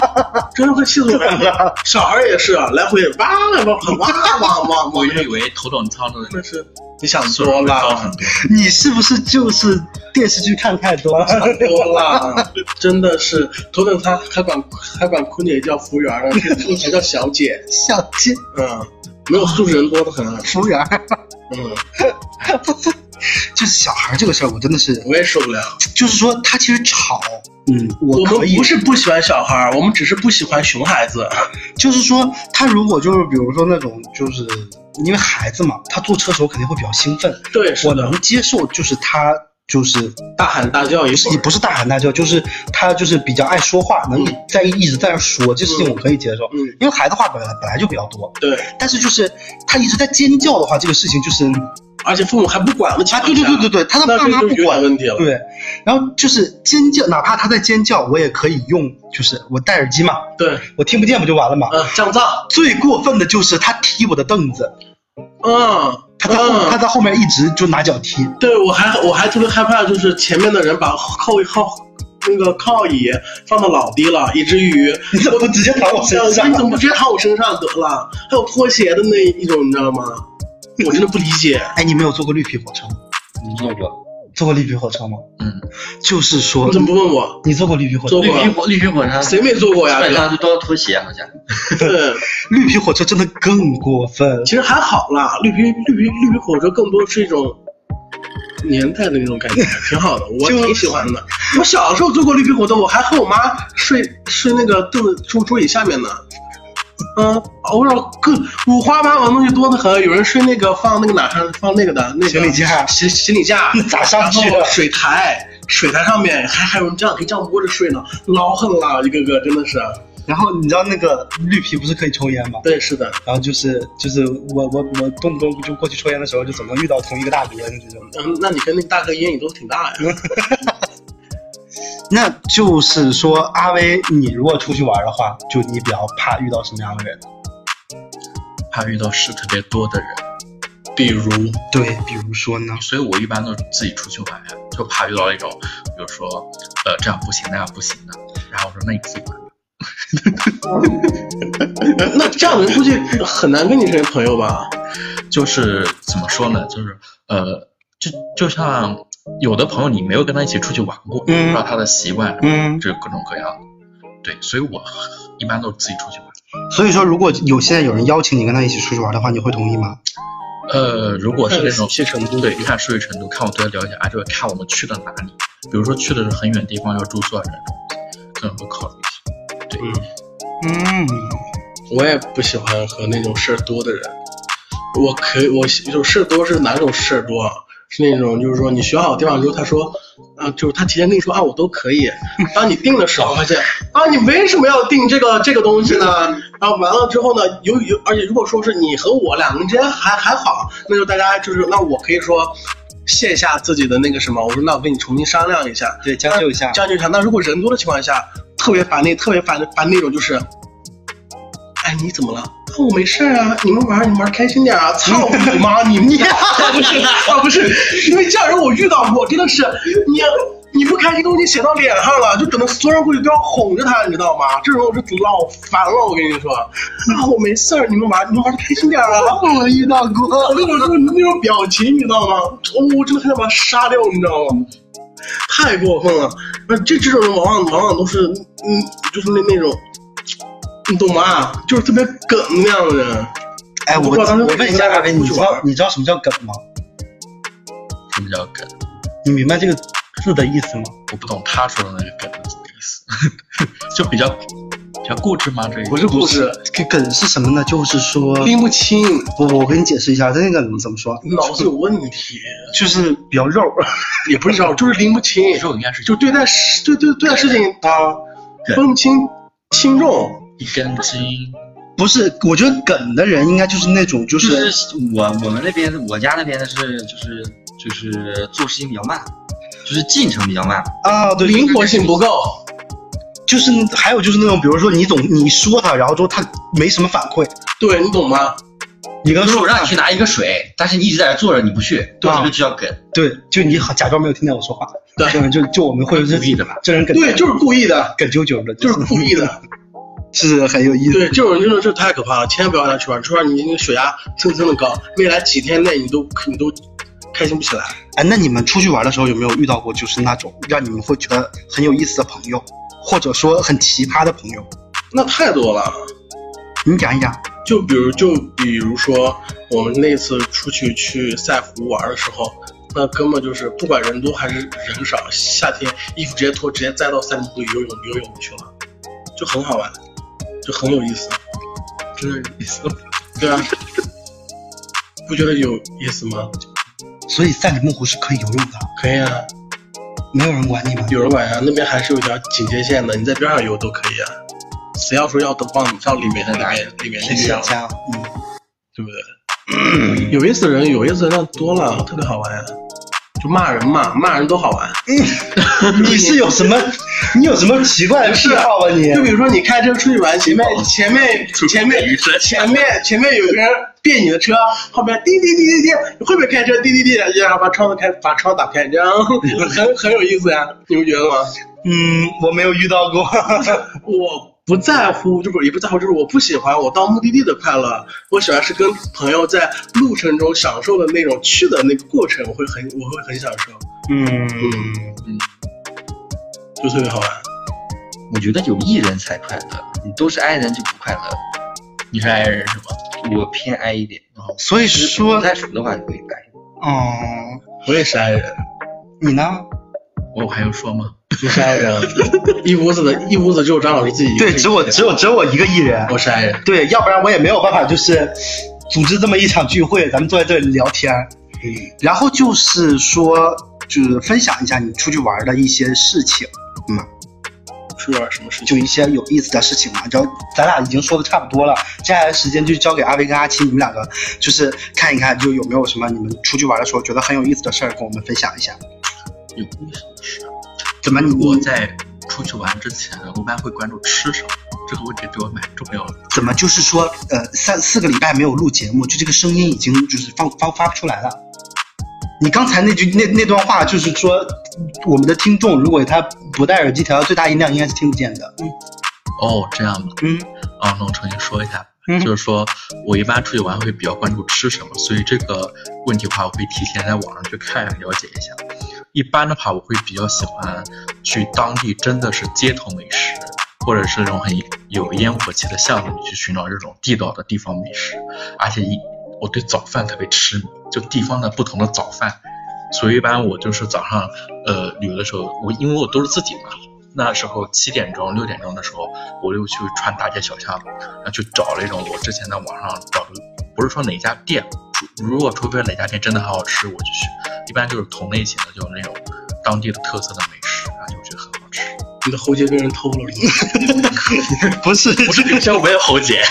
Speaker 2: 真的快气死我了。 小孩儿也是啊来回哇哇 哇哇哇哇
Speaker 4: 我，以为头等舱的
Speaker 2: 真的是啊你想
Speaker 4: 素质
Speaker 2: 多
Speaker 4: 会高
Speaker 2: 了
Speaker 4: 很。多。
Speaker 1: 你是不是就是电视剧看太多了？
Speaker 2: 多了，真的是头等舱还管还管空姐叫服务员呢，这这才叫小姐，
Speaker 1: 小鸡
Speaker 2: 嗯，没有素质人多的很，啊
Speaker 1: 服务员儿，
Speaker 2: 嗯，
Speaker 1: 就是小孩这个事儿，我真的是，
Speaker 2: 我也受不了。
Speaker 1: 就是说他其实吵，
Speaker 2: 嗯，
Speaker 1: 我
Speaker 2: 我
Speaker 1: 可
Speaker 2: 们
Speaker 1: 以
Speaker 2: 不，是不喜欢小孩儿，我们只是不喜欢熊孩子。
Speaker 1: 就是说他如果就是比如说那种就是因为孩子嘛，他坐车的时候肯定会比较兴奋，
Speaker 2: 对，是
Speaker 1: 我
Speaker 2: 的
Speaker 1: 能，接受，就是他就是
Speaker 2: 大喊大叫也
Speaker 1: 不
Speaker 2: 是
Speaker 1: 是你不是大喊大叫，就是他就是比较爱说话，能
Speaker 2: 嗯
Speaker 1: 在一直在那说，这事情我可以接受，
Speaker 2: 嗯，
Speaker 1: 因为孩子话本来本来就比较多，
Speaker 2: 对，
Speaker 1: 但是就是他一直在尖叫的话，这个事情就是
Speaker 2: 而且父母还不管的情
Speaker 1: 啊，
Speaker 2: 况
Speaker 1: 对
Speaker 2: 下，
Speaker 1: 对对对对，他的
Speaker 2: 嗯那
Speaker 1: 爸
Speaker 2: 这
Speaker 1: 妈
Speaker 2: 就
Speaker 1: 不
Speaker 2: 是有点
Speaker 1: 管，
Speaker 2: 问题了。
Speaker 1: 对，然后就是尖叫，哪怕他在尖叫，我也可以用，就是我戴耳机嘛，
Speaker 2: 对，
Speaker 1: 我听不见不就完了嘛。
Speaker 2: 嗯，降噪，
Speaker 1: 最过分的就是他踢我的凳子，
Speaker 2: 嗯，
Speaker 1: 他在后、
Speaker 2: 嗯
Speaker 1: 他在后面一直就拿脚踢，
Speaker 2: 对，我还我还特别害怕，就是前面的人把靠靠那个靠椅放到老低了，以至于
Speaker 1: 你 怎么不直接躺我身上
Speaker 2: 你？怎么不直接躺我身上得了？还有拖鞋的那一种，你知道吗？我真的不理解。
Speaker 1: 哎，你没有坐过绿皮火车吗？
Speaker 3: 你坐过？
Speaker 1: 坐过绿皮火车吗？
Speaker 4: 嗯，
Speaker 1: 就是说
Speaker 2: 你，怎么不问我？
Speaker 1: 你坐过绿皮火车
Speaker 2: 坐？
Speaker 4: 绿
Speaker 2: 过
Speaker 4: 皮火绿皮火车
Speaker 2: 谁没坐 过呀？
Speaker 3: 基本
Speaker 2: 哥
Speaker 3: 上都要脱鞋，好像。
Speaker 2: 对，
Speaker 1: 绿皮火车真的更过分。
Speaker 2: 其实还好啦。绿皮绿皮绿皮火车更多是一种年代的那种 感觉，挺好的，我
Speaker 1: 就
Speaker 2: 挺喜欢的。我小时候坐过绿皮火车，我还和我妈睡睡那个凳子桌桌椅下面呢。嗯，偶尔各五花八门的东西多得很，有人睡那个放那个哪上放那个的那个
Speaker 1: 行李架
Speaker 2: 行行李架，
Speaker 1: 那咋上去啊
Speaker 2: 然后水台，水台上面还还有人这样可以这样窝着睡呢，老狠了，一个个真的是。
Speaker 1: 然后你知道那个绿皮不是可以抽烟吗？
Speaker 2: 对，是的，
Speaker 1: 然后就是就是我我我动不动就过去抽烟的时候，就总能遇到同一个大爷，就这种。
Speaker 2: 嗯，那你跟那个大哥烟瘾都挺大
Speaker 1: 嗯
Speaker 2: 呀。
Speaker 1: 那就是说，阿威，你如果出去玩的话，就你比较怕遇到什么样的人？
Speaker 4: 怕遇到事特别多的人，比如，
Speaker 1: 对，比如说呢？
Speaker 4: 所以我一般都自己出去玩，就怕遇到那种，比如说，呃，这样不行，那样不行的。然后我说，那你自己玩吧。
Speaker 2: 那这样的人估计很难跟你成为朋友吧？
Speaker 4: 就是怎么说呢？就是呃，就就像有的朋友你没有跟他一起出去玩过，
Speaker 1: 嗯
Speaker 4: 不知道他的习惯，
Speaker 1: 嗯，
Speaker 4: 这各种各样的。对，所以我一般都是自己出去玩。
Speaker 1: 所以说，如果有现在有人邀请你跟他一起出去玩的话，你会同意吗？
Speaker 4: 呃，如果是那
Speaker 2: 看
Speaker 4: 种
Speaker 2: 熟悉程度
Speaker 4: 啊对，看熟悉程度，看我对他了解，而且看我们去了哪里，比如说去的是很远地方要住宿啊这种，可能会考虑一下。
Speaker 2: 嗯，
Speaker 1: 嗯，
Speaker 2: 我也不喜欢和那种事儿多的人。我可以，我喜就事儿多是哪种事儿多啊？是那种就是说你选好地方之后，他说，啊，就是他提前跟你说啊，我都可以。当你定的时候，发现啊，你为什么要定这个这个东西呢？然后完了之后呢，由于而且如果说是你和我两个人之间还还好，那就大家就是那我可以说卸下自己的那个什么，我说那我跟你重新商量一下，
Speaker 1: 对，将就一下
Speaker 2: 这。样就想，那如果人多的情况下，特别烦那特别烦烦那种就是，哎，你怎么了？啊我没事儿啊，你们玩儿你们玩儿开心点儿啊！ 操你妈，你你不是 啊不是，因为这样人我遇到过，真的是你你不开心都已经写到脸上了，就等着所有人过去都要哄着他，你知道吗？这时候我就老烦了，我跟你说，啊我没事儿，你们玩儿你们玩儿开心点儿啊！
Speaker 1: 我遇到过，
Speaker 2: 我那种就是那种表情，你知道吗？我我真的很想把他杀掉，你知道吗？太过分了！那这这种人往往往往都是，嗯，就是那那种，你懂吗？就是特别梗那样的人。
Speaker 1: 哎，我
Speaker 2: 不过当时
Speaker 1: 我问一下
Speaker 2: 我
Speaker 1: 大卫，你知
Speaker 2: 我
Speaker 1: 道你知道什么叫梗吗？
Speaker 4: 什么叫梗？
Speaker 1: 你明白这个字的意思吗？
Speaker 4: 我不懂他说的那个梗是什么意思， 就比较比较固执吗？这一
Speaker 2: 不是故事，
Speaker 1: 这梗是什么呢？就是说，
Speaker 2: 拎不清，
Speaker 1: 我我给你解释一下，这个怎么怎么说，
Speaker 2: 脑子有问题，
Speaker 1: 就是比较肉。
Speaker 2: 也不是道，就是拎不清，
Speaker 4: 时候应该是
Speaker 2: 就对待事，对对对待事情啊，
Speaker 4: 对
Speaker 2: 分不清轻重。
Speaker 4: 一根筋，
Speaker 1: 不是，我觉得梗的人应该就是那种，就
Speaker 3: 就是是我我们那边我家那边的是就是就是做事情比较慢，就是进程比较慢。
Speaker 1: 啊，对，
Speaker 2: 灵活性不够，
Speaker 1: 就是还有就是那种，比如说你总你说他，然后之后他没什么反馈，
Speaker 2: 对你懂吗？
Speaker 1: 你刚
Speaker 3: 就是
Speaker 1: 说
Speaker 3: 我让你去拿一个水，但是你一直在这坐着你不去，
Speaker 1: 对
Speaker 3: 这
Speaker 2: 哦
Speaker 3: 个就叫梗。
Speaker 1: 对，就你好假装没有听见我说话，
Speaker 2: 对
Speaker 1: 就就就我们会是
Speaker 4: 故意的吧？
Speaker 1: 这人梗
Speaker 2: 对，就是故意的，
Speaker 1: 梗啾啾的，
Speaker 2: 就是故意的。
Speaker 1: 是很有意思。
Speaker 2: 对，这种这种这太可怕了，千万不要让他去玩，去玩你那个血压蹭蹭的高，未来几天内你都你都开心不起来。
Speaker 1: 哎，那你们出去玩的时候有没有遇到过就是那种让你们会觉得很有意思的朋友，或者说很奇葩的朋友？
Speaker 2: 那太多了，
Speaker 1: 你讲一讲。
Speaker 2: 就比如就比如说我们那次出去去赛湖玩的时候，那根本就是不管人多还是人少，夏天衣服直接脱，直接栽到三里湖里游泳游泳去了，就很好玩，就很有意思，
Speaker 4: 真的有意思。
Speaker 2: 对啊，不觉得有意思吗？
Speaker 1: 所以赛里木湖是可以游泳的，
Speaker 2: 可以啊，
Speaker 1: 没有人管你们。
Speaker 2: 有人管啊，那边还是有条警戒线的，你在边上游都可以啊。谁要说要到往到里面的里面里面
Speaker 1: 是
Speaker 2: 去
Speaker 1: 人
Speaker 2: 啊，
Speaker 1: 家，嗯，
Speaker 2: 对不对？ 有意思的人，有意思的人多了，特别好玩呀、啊就骂人嘛，骂人都好玩。
Speaker 1: 你是有什么，你有什么奇怪的癖好吧啊你？
Speaker 2: 就比如说你开车出去玩，前面前面前面前面前面有个人别你的车，后面滴滴滴滴滴，你会不会开车？滴滴滴，然后把窗子开，把窗打开，这样 很很有意思呀、你不觉得吗？
Speaker 1: 嗯，我没有遇到过。
Speaker 2: 我不在乎，就是也不在乎，就是我不喜欢我到目的地的快乐，我喜欢是跟朋友在路程中享受的那种去的那个过程，我会很我会很享受，
Speaker 1: 嗯，
Speaker 2: 就特别好玩。
Speaker 3: 我觉得有艺人才快乐，你都是 i 人就不快乐。
Speaker 4: 你是 i 人是吗？哦
Speaker 3: 我偏 i 一点，
Speaker 1: 所以
Speaker 3: 不
Speaker 1: 说，
Speaker 3: 太熟的话就会 i。
Speaker 1: 嗯，
Speaker 2: 我也是 i 人，
Speaker 1: 你呢？
Speaker 4: 我还用说吗？
Speaker 2: 你是 i 人，一屋子的一屋子只有张老师自己一个
Speaker 1: 对，
Speaker 2: 人，
Speaker 1: 只有只有只有我一个艺人。
Speaker 2: 我是 i 人，
Speaker 1: 对，要不然我也没有办法，就是组织这么一场聚会，咱们坐在这里聊天。嗯，然后就是说，就是分享一下你出去玩的一些事情，嗯
Speaker 2: 出去玩什么事情？
Speaker 1: 就一些有意思的事情嘛。然后咱俩已经说的差不多了，接下来的时间就交给阿威跟阿七，你们两个就是看一看，就有没有什么你们出去玩的时候觉得很有意思的事儿，跟我们分享一下。
Speaker 4: 有意思的事。
Speaker 1: 怎么你
Speaker 4: 我在出去玩之前，我一般会关注吃什么，这个问题对我蛮重要的。
Speaker 1: 怎么就是说，呃，三四个礼拜没有录节目，就这个声音已经就是放放发不出来了。你刚才那句那那段话就是说，我们的听众如果他不戴耳机调到最大音量，应该是听不见的。
Speaker 4: 哦，这样吗？
Speaker 1: 嗯
Speaker 4: 啊，那我重新说一下吧，
Speaker 1: 嗯
Speaker 4: 就是说我一般出去玩会比较关注吃什么，所以这个问题的话，我会提前在网上去看了解一下。一般的话，我会比较喜欢去当地真的是街头美食，或者是那种很有烟火气的巷子里去寻找这种地道的地方美食，而且一我对早饭特别痴迷，就地方的不同的早饭，所以一般我就是早上呃旅游的时候，我因为我都是自己嘛，那时候七点钟六点钟的时候，我就去穿大街小巷，然后去找那种我之前在网上找的，不是说哪家店，除如果除非哪家店真的很好吃，我就去，一般就是同类型的，就是那种当地的特色的美食，然后就觉得很好吃。
Speaker 2: 你的喉结被人偷了是吗？
Speaker 1: 不是，
Speaker 4: 不是像我也喉结，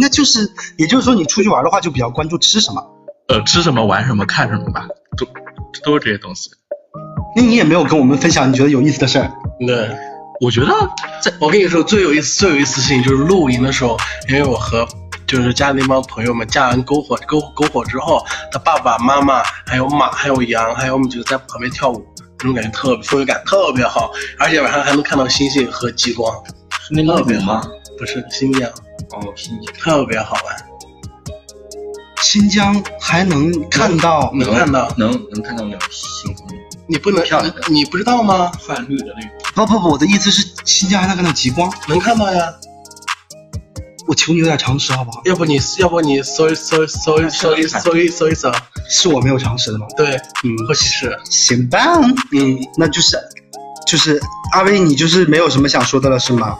Speaker 1: 那就是，也就是说，你出去玩的话就比较关注吃什么。
Speaker 4: 呃，吃什么玩什么看什么吧，都都是这些东西。
Speaker 1: 那你也没有跟我们分享你觉得有意思的事儿。
Speaker 2: 对。
Speaker 4: 我觉得在
Speaker 2: 我跟你说，最有意思、最有意思的事情就是露营的时候，因为我和就是家那帮朋友们架完篝火、篝篝火之后，他爸爸妈妈还有马、还有羊，还有我们就在旁边跳舞，那种感觉特别氛围感特别好，而且晚上还能看到星星和极光，
Speaker 3: 是内蒙古吗？
Speaker 2: 不是新疆，
Speaker 3: 哦，新疆。
Speaker 2: 特别好玩，
Speaker 1: 新疆还能看到，
Speaker 2: 能看到
Speaker 3: 能能看到那种星空，
Speaker 2: 你不能
Speaker 3: 漂亮，
Speaker 2: 你不知道吗？
Speaker 3: 泛绿的那种。
Speaker 1: 不不不，我的意思是新疆还能看到极光。
Speaker 2: 能看到呀，
Speaker 1: 我求你有点常识好不好？
Speaker 2: 要不你要不你搜一搜一搜一搜一搜一搜一搜，
Speaker 1: 是我没有常识的吗？
Speaker 2: 对，嗯，或许是，
Speaker 1: 行吧，
Speaker 2: 嗯，
Speaker 1: 那就是，就是阿威，你就是没有什么想说的了是吗？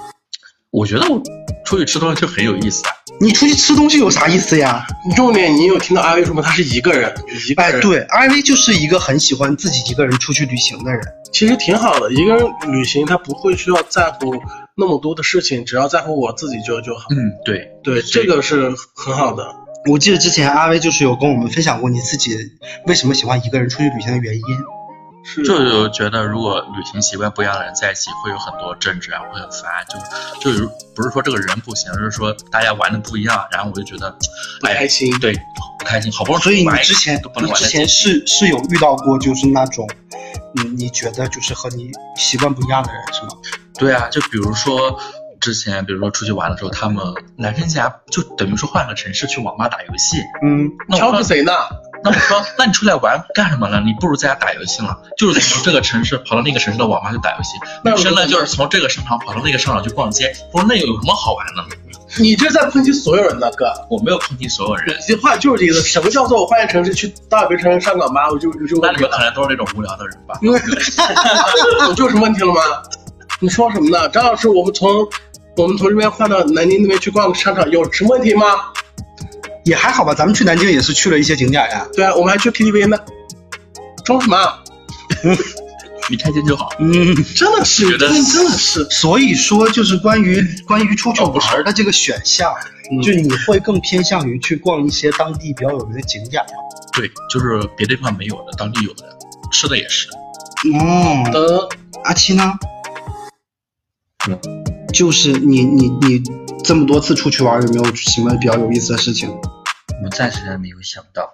Speaker 4: 我觉得我出去吃东西就很有意思啊。
Speaker 1: 你出去吃东西有啥意思呀？
Speaker 2: 重点你有听到阿威说吗？他是一个人，一个
Speaker 1: 哎，
Speaker 2: 人。
Speaker 1: 对，阿威就是一个很喜欢自己一个人出去旅行的人。
Speaker 2: 其实挺好的，一个人旅行他不会需要在乎那么多的事情，只要在乎我自己就就好。
Speaker 4: 嗯，对，
Speaker 2: 对，
Speaker 4: 是
Speaker 2: 这个是很好的。
Speaker 1: 我记得之前阿威就是有跟我们分享过你自己为什么喜欢一个人出去旅行的原因。
Speaker 2: 是
Speaker 4: 就觉得如果旅行习惯不一样的人在一起，会有很多争执啊，会很烦。就就不是说这个人不行，而是说大家玩的不一样，然后我就觉得哎
Speaker 2: 不开心。
Speaker 4: 对不开心，好不容易
Speaker 1: 所以你
Speaker 4: 玩一
Speaker 1: 之前
Speaker 4: 都不
Speaker 1: 你
Speaker 4: 能玩
Speaker 1: 之
Speaker 4: 在一
Speaker 1: 前
Speaker 4: 起
Speaker 1: 是是有遇到过就是那种，你你觉得就是和你习惯不一样的人是吗？
Speaker 4: 对啊，就比如说之前，比如说出去玩的时候，他们男生家就等于说换个城市去网吧打游戏。
Speaker 1: 嗯，
Speaker 4: 那我
Speaker 2: 瞧
Speaker 4: 说
Speaker 2: 不谁呢？
Speaker 4: 那我说，那你出来玩干什么了？你不如在家打游戏了。就是从这个城市跑到那个城市的网吧去打游戏，
Speaker 2: 那
Speaker 4: 女
Speaker 2: 我
Speaker 4: 生呢就是从这个商场跑到那个商场去逛街。不是那有什么好玩的？
Speaker 2: 你这在抨击所有人呢，哥。
Speaker 4: 我没有抨击所有人，
Speaker 2: 这话就是这个，什么叫做我换城市去到别城市上网吧，我就我就
Speaker 4: 那你们可能都是那种无聊的人吧？
Speaker 2: 因为 我就有什么问题了吗？你说什么呢？张老师，我们从我们从这边换到南京那边去逛商场，有什么问题吗？
Speaker 1: 也还好吧，咱们去南京也是去了一些景点呀。
Speaker 2: 对啊，我们还去 KTV 呢，装什么啊？
Speaker 4: 你开心就好。
Speaker 1: 嗯，
Speaker 2: 真的是，
Speaker 4: 觉得
Speaker 2: 真的真的是，
Speaker 1: 所以说就是关于关于出去
Speaker 4: 哦不是
Speaker 1: 玩的这个选项，
Speaker 2: 嗯
Speaker 1: 就你会更偏向于去逛一些当地比较有名的景点。
Speaker 4: 对，就是别地方没有的，当地有的，吃的也是。
Speaker 1: 哦，
Speaker 2: 嗯，
Speaker 1: 阿七呢？
Speaker 3: 嗯
Speaker 1: 就是你你你这么多次出去玩，有没有什么比较有意思的事情？
Speaker 3: 我暂时还没有想到。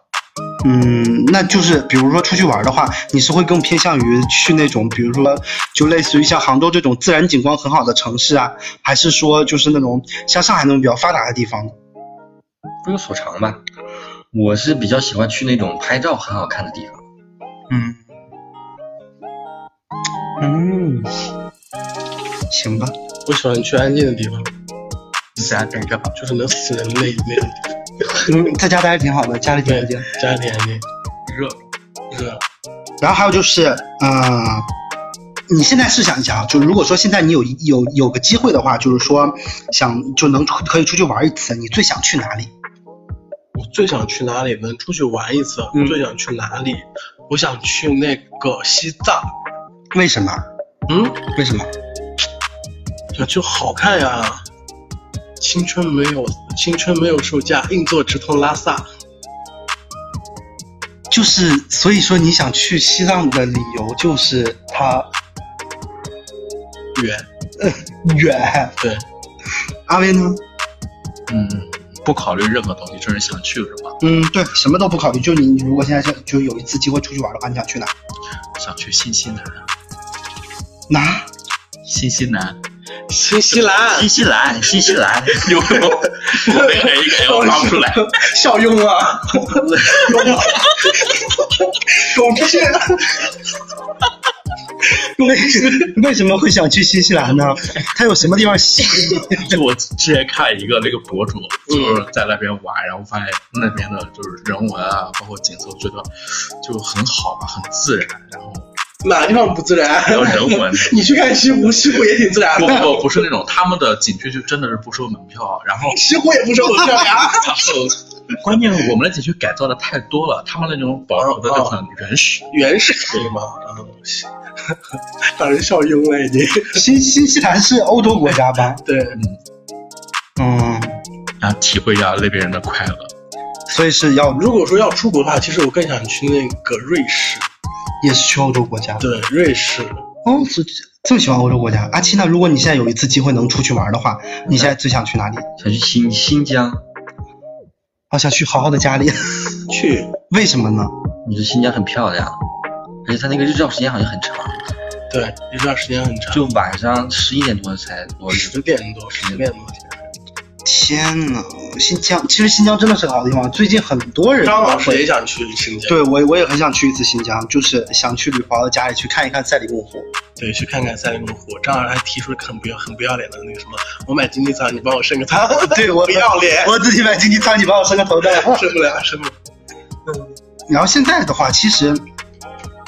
Speaker 1: 嗯，那就是比如说出去玩的话，你是会更偏向于去那种，比如说就类似于像杭州这种自然景观很好的城市啊，还是说就是那种像上海那种比较发达的地方呢？
Speaker 3: 各有所长吧。我是比较喜欢去那种拍照很好看的地方，
Speaker 1: 嗯，嗯，行吧，
Speaker 2: 我喜欢去安静的地方，
Speaker 4: 你在家待着吧，
Speaker 2: 就是能死人累那种，
Speaker 1: 嗯，在家待着挺好的，家里挺安静。
Speaker 2: 家里安静，
Speaker 4: 热。
Speaker 2: 热。
Speaker 1: 然后还有就是，呃，你现在试想一下啊，就如果说现在你有有有个机会的话，就是说想就能出可以出去玩一次，你最想去哪里？
Speaker 2: 我最想去哪里？能出去玩一次？
Speaker 1: 嗯
Speaker 2: 最想去哪里？我想去那个西藏，
Speaker 1: 为什么？
Speaker 2: 嗯，
Speaker 1: 为什么？
Speaker 2: 想去好看呀。青春没有，青春没有售价，硬座直通拉萨。
Speaker 1: 就是所以说你想去西藏的理由就是它
Speaker 2: 远，
Speaker 1: 远。
Speaker 2: 对，
Speaker 1: 阿威呢？
Speaker 4: 嗯，不考虑任何东西，就是想去什么，
Speaker 1: 嗯，对，什么都不考虑，就你你如果现在就就有一次机会出去玩的话，你想去哪？
Speaker 4: 想去新西兰。
Speaker 1: 哪？
Speaker 4: 新西兰，
Speaker 2: 新西兰
Speaker 3: 新西兰，新西兰，
Speaker 4: 有没有？我那个 A 个 L 发不出 来。
Speaker 2: 效用 啊，狗屁，狗屁！
Speaker 1: 为为什么会想去新西兰呢？它有什么地方吸引你？
Speaker 4: 就我之前看一个那个博主，就是在那边玩，然后发现那边的就是人文啊，包括景色，我觉得就很好吧，很自然，然后
Speaker 2: 哪个地方不自然？
Speaker 4: 还有人 文。
Speaker 2: 你去看西湖，西湖也挺自然
Speaker 4: 不
Speaker 2: 的，
Speaker 4: 不不是那种，他们的景区就真的是不收门票，啊然后
Speaker 2: 西湖也不是很漂亮。
Speaker 4: 然后关键我们的景区改造的太多了，他们那种保留的就很原始。
Speaker 2: 原始对吗？啊， 让人笑晕了已经。
Speaker 1: 新新西兰是欧洲国家吧？
Speaker 2: 对，
Speaker 1: 嗯，
Speaker 4: 然后体会一下那边人的快乐。
Speaker 1: 所以是要
Speaker 2: 如果说要出国的话，其实我更想去那个瑞士。
Speaker 1: 也是去欧洲国家。
Speaker 2: 对，瑞士，
Speaker 1: 哦，这这么喜欢欧洲国家。阿七呢？如果你现在有一次机会能出去玩的话，你现在最想去哪里？
Speaker 3: 想去新新疆，
Speaker 1: 好想去好好的家里，
Speaker 2: 去
Speaker 1: 为什么呢？
Speaker 3: 你说新疆很漂亮，而且它那个日照时间好像很长，
Speaker 2: 对，一段时间很长，
Speaker 3: 就晚上十一点多才落
Speaker 2: 十
Speaker 3: 日。
Speaker 2: 点多，十点多。
Speaker 1: 天呐，新疆，其实新疆真的是个好地方。最近很多人
Speaker 2: 张老师也想去新疆，
Speaker 1: 对我我也很想去一次新疆，就是想去吕华的家里去看一看赛里木湖。
Speaker 2: 对，去看看赛里木湖。张老师还提出了很不要、很不要脸的那个什么，我买金鸡汤，你帮我升个 汤。
Speaker 1: 对我
Speaker 2: 不要脸，
Speaker 1: 我自己买经济舱，你帮我升个头带。
Speaker 2: 升不了，升不了。
Speaker 1: 然后现在的话，其实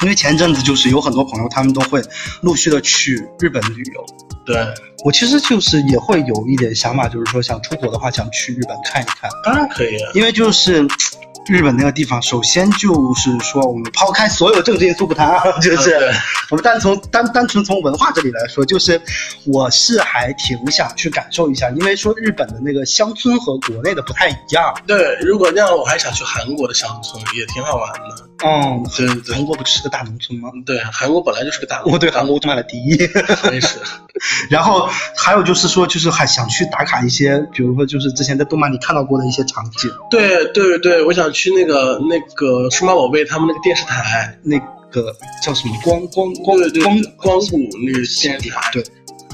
Speaker 1: 因为前阵子就是有很多朋友，他们都会陆续的去日本旅游。
Speaker 2: 对，
Speaker 1: 我其实就是也会有一点想法，就是说想出国的话，想去日本看一看，
Speaker 2: 当然可以啊。
Speaker 1: 因为就是嘖日本那个地方，首先就是说我们抛开所有政治因素不谈啊，就是
Speaker 2: 对
Speaker 1: 我们单从单单纯从文化这里来说，就是我是还挺想去感受一下，因为说日本的那个乡村和国内的不太一样。
Speaker 2: 对，如果那样，我还想去韩国的乡村，也挺好玩的。
Speaker 1: 嗯，
Speaker 2: 对对对
Speaker 1: 韩国不就是个大农村吗？
Speaker 2: 对，韩国本来就是个大陆，
Speaker 1: 我对韩国充满了敌意。
Speaker 2: 真是。
Speaker 1: 然后还有就是说，就是还想去打卡一些，比如说就是之前在动漫里看到过的一些场景，
Speaker 2: 对对对，我想去那个那个数码宝贝他们那个电视台，
Speaker 1: 那个叫什么光光光
Speaker 2: 对对
Speaker 1: 光
Speaker 2: 对光谷那个电视台，
Speaker 1: 对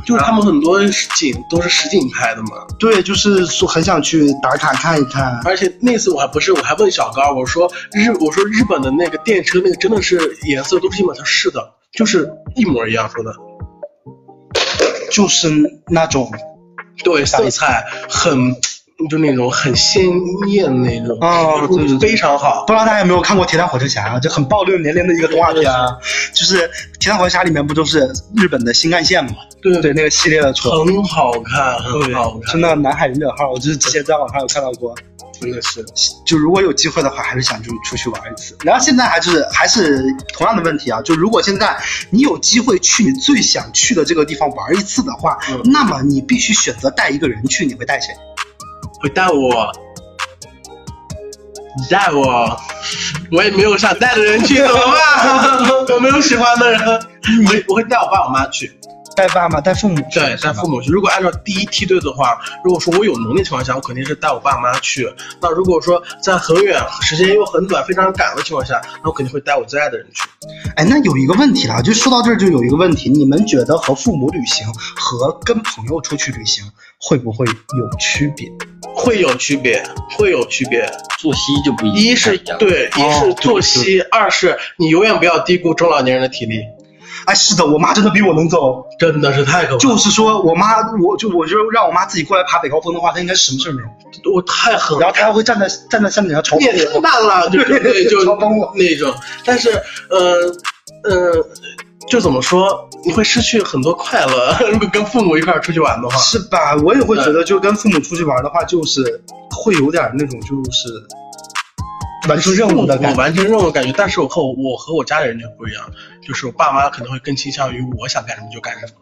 Speaker 2: 就是他们很多景都是实景拍的嘛。
Speaker 1: 对，就是说很想去打卡看一看。
Speaker 2: 而且那次我还不是，我还问小高，我说日，我说日本的那个电车那个真的是颜色都是一模一样，他说是的，就是一模一样说的。
Speaker 1: 就是那种
Speaker 2: 对，色彩很，就那种很鲜艳那种，
Speaker 1: 哦对对对
Speaker 2: 非常好
Speaker 1: 不。知道大家有没有看过《铁胆火车侠》啊？这很暴露年龄的一个动画片啊。就是《铁胆火车侠》里面不都是日本的新干线嘛？
Speaker 2: 对对
Speaker 1: 对，那个系列的车，
Speaker 2: 很好看，很好
Speaker 1: 是
Speaker 2: 看，
Speaker 1: 那个南海忍者号，我就是之前在网上有看到过。
Speaker 2: 真的是。
Speaker 1: 就如果有机会的话，还是想就出去玩一次。然后现在还是还是同样的问题啊，就如果现在你有机会去你最想去的这个地方玩一次的话，
Speaker 2: 嗯
Speaker 1: 那么你必须选择带一个人去，你会带谁？
Speaker 2: 会带我，你带我，我也没有想带的人去，怎么办？ 我没有喜欢的人，我会我会带我爸我妈去，
Speaker 1: 带爸妈，带父母去，
Speaker 2: 对，带父母去。如果按照第一梯队的话，如果说我有能力的情况下，我肯定是带我爸妈去。那如果说在很远、时间又很短、非常赶的情况下，那我肯定会带我最爱的人去。
Speaker 1: 哎，那有一个问题了，就说到这儿就有一个问题，你们觉得和父母旅行和跟朋友出去旅行会不会有区别？
Speaker 2: 会有区别，会有区别。
Speaker 3: 作息就不一
Speaker 2: 一
Speaker 3: 太
Speaker 2: 是
Speaker 3: 一样。
Speaker 2: 对，一
Speaker 1: 哦
Speaker 2: 是
Speaker 1: 对
Speaker 2: 作息，二是你永远不要低估中老年人的体力，
Speaker 1: 哎，是的，我妈真的比我能走，
Speaker 2: 真的是太可怕了。
Speaker 1: 就是说我妈，我就我就让我妈自己过来爬北高峰的话，她应该什么事儿没有。
Speaker 2: 我太狠
Speaker 1: 然
Speaker 2: 了，
Speaker 1: 后他还会站在站在山顶上朝
Speaker 2: 面太大了， 就
Speaker 1: 对
Speaker 2: 对，就
Speaker 1: 超崩了
Speaker 2: 那种。但是，呃，呃，就怎么说，你会失去很多快乐。 如果跟父母一块儿出去玩的话，
Speaker 1: 是吧？我也会觉得，就跟父母出去玩的话，就是会有点那种就是完成啊任务的感
Speaker 2: 我
Speaker 1: 觉。
Speaker 2: 完成任务的感觉。但是我和我我和我家里人就不一样，就是我爸妈可能会更倾向于我想干什么就干什么。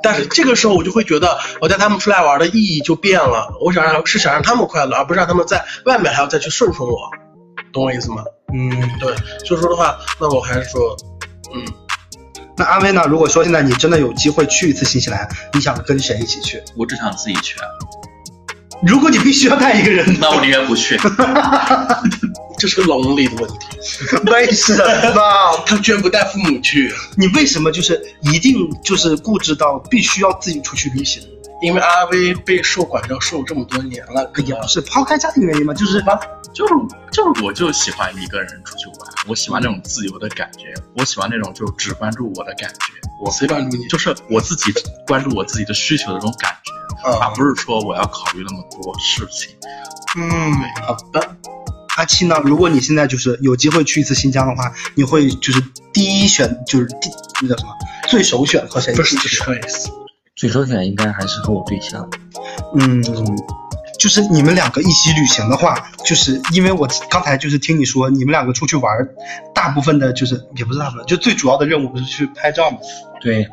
Speaker 2: 但是这个时候我就会觉得，我带他们出来玩的意义就变了。我想让是想让他们快乐，而不是让他们在外面还要再去顺从我，懂我意思吗？
Speaker 1: 嗯，
Speaker 2: 对，所以说的话，那我还是说，嗯，
Speaker 1: 那阿威呢？如果说现在你真的有机会去一次新西兰，你想跟谁一起去？
Speaker 4: 我只想自己去，啊
Speaker 1: 如果你必须要带一个人，
Speaker 4: 那我宁愿不去。
Speaker 2: 这是个劳动力的问题。
Speaker 1: 为什么？
Speaker 2: 啊他居然不带父母去，
Speaker 1: 你为什么就是一定就是固执到必须要自己出去旅行？
Speaker 2: 因为阿威被受管教受这么多年了，可
Speaker 1: 也不是抛开家庭原因嘛，就是
Speaker 4: 就是就是，我就喜欢一个人出去玩，我喜欢那种自由的感觉，我喜欢那种就只关注我的感觉，我
Speaker 2: 谁帮助你？
Speaker 4: 就是我自己关注我自己的需求的那种感觉，而
Speaker 1: 哦
Speaker 2: 啊，
Speaker 4: 不是说我要考虑那么多事情。
Speaker 1: 嗯。
Speaker 2: 好的，
Speaker 1: 阿七呢？如果你现在就是有机会去一次新疆的话，你会就是第一选就是第那叫什么最首选和谁一起
Speaker 2: first
Speaker 1: 去？
Speaker 2: choice，
Speaker 3: 最首选应该还是和我对象。
Speaker 1: 嗯，就是你们两个一起旅行的话，就是因为我刚才就是听你说你们两个出去玩儿，大部分的就是也不是大部分，就最主要的任务不是去拍照吗？
Speaker 3: 对，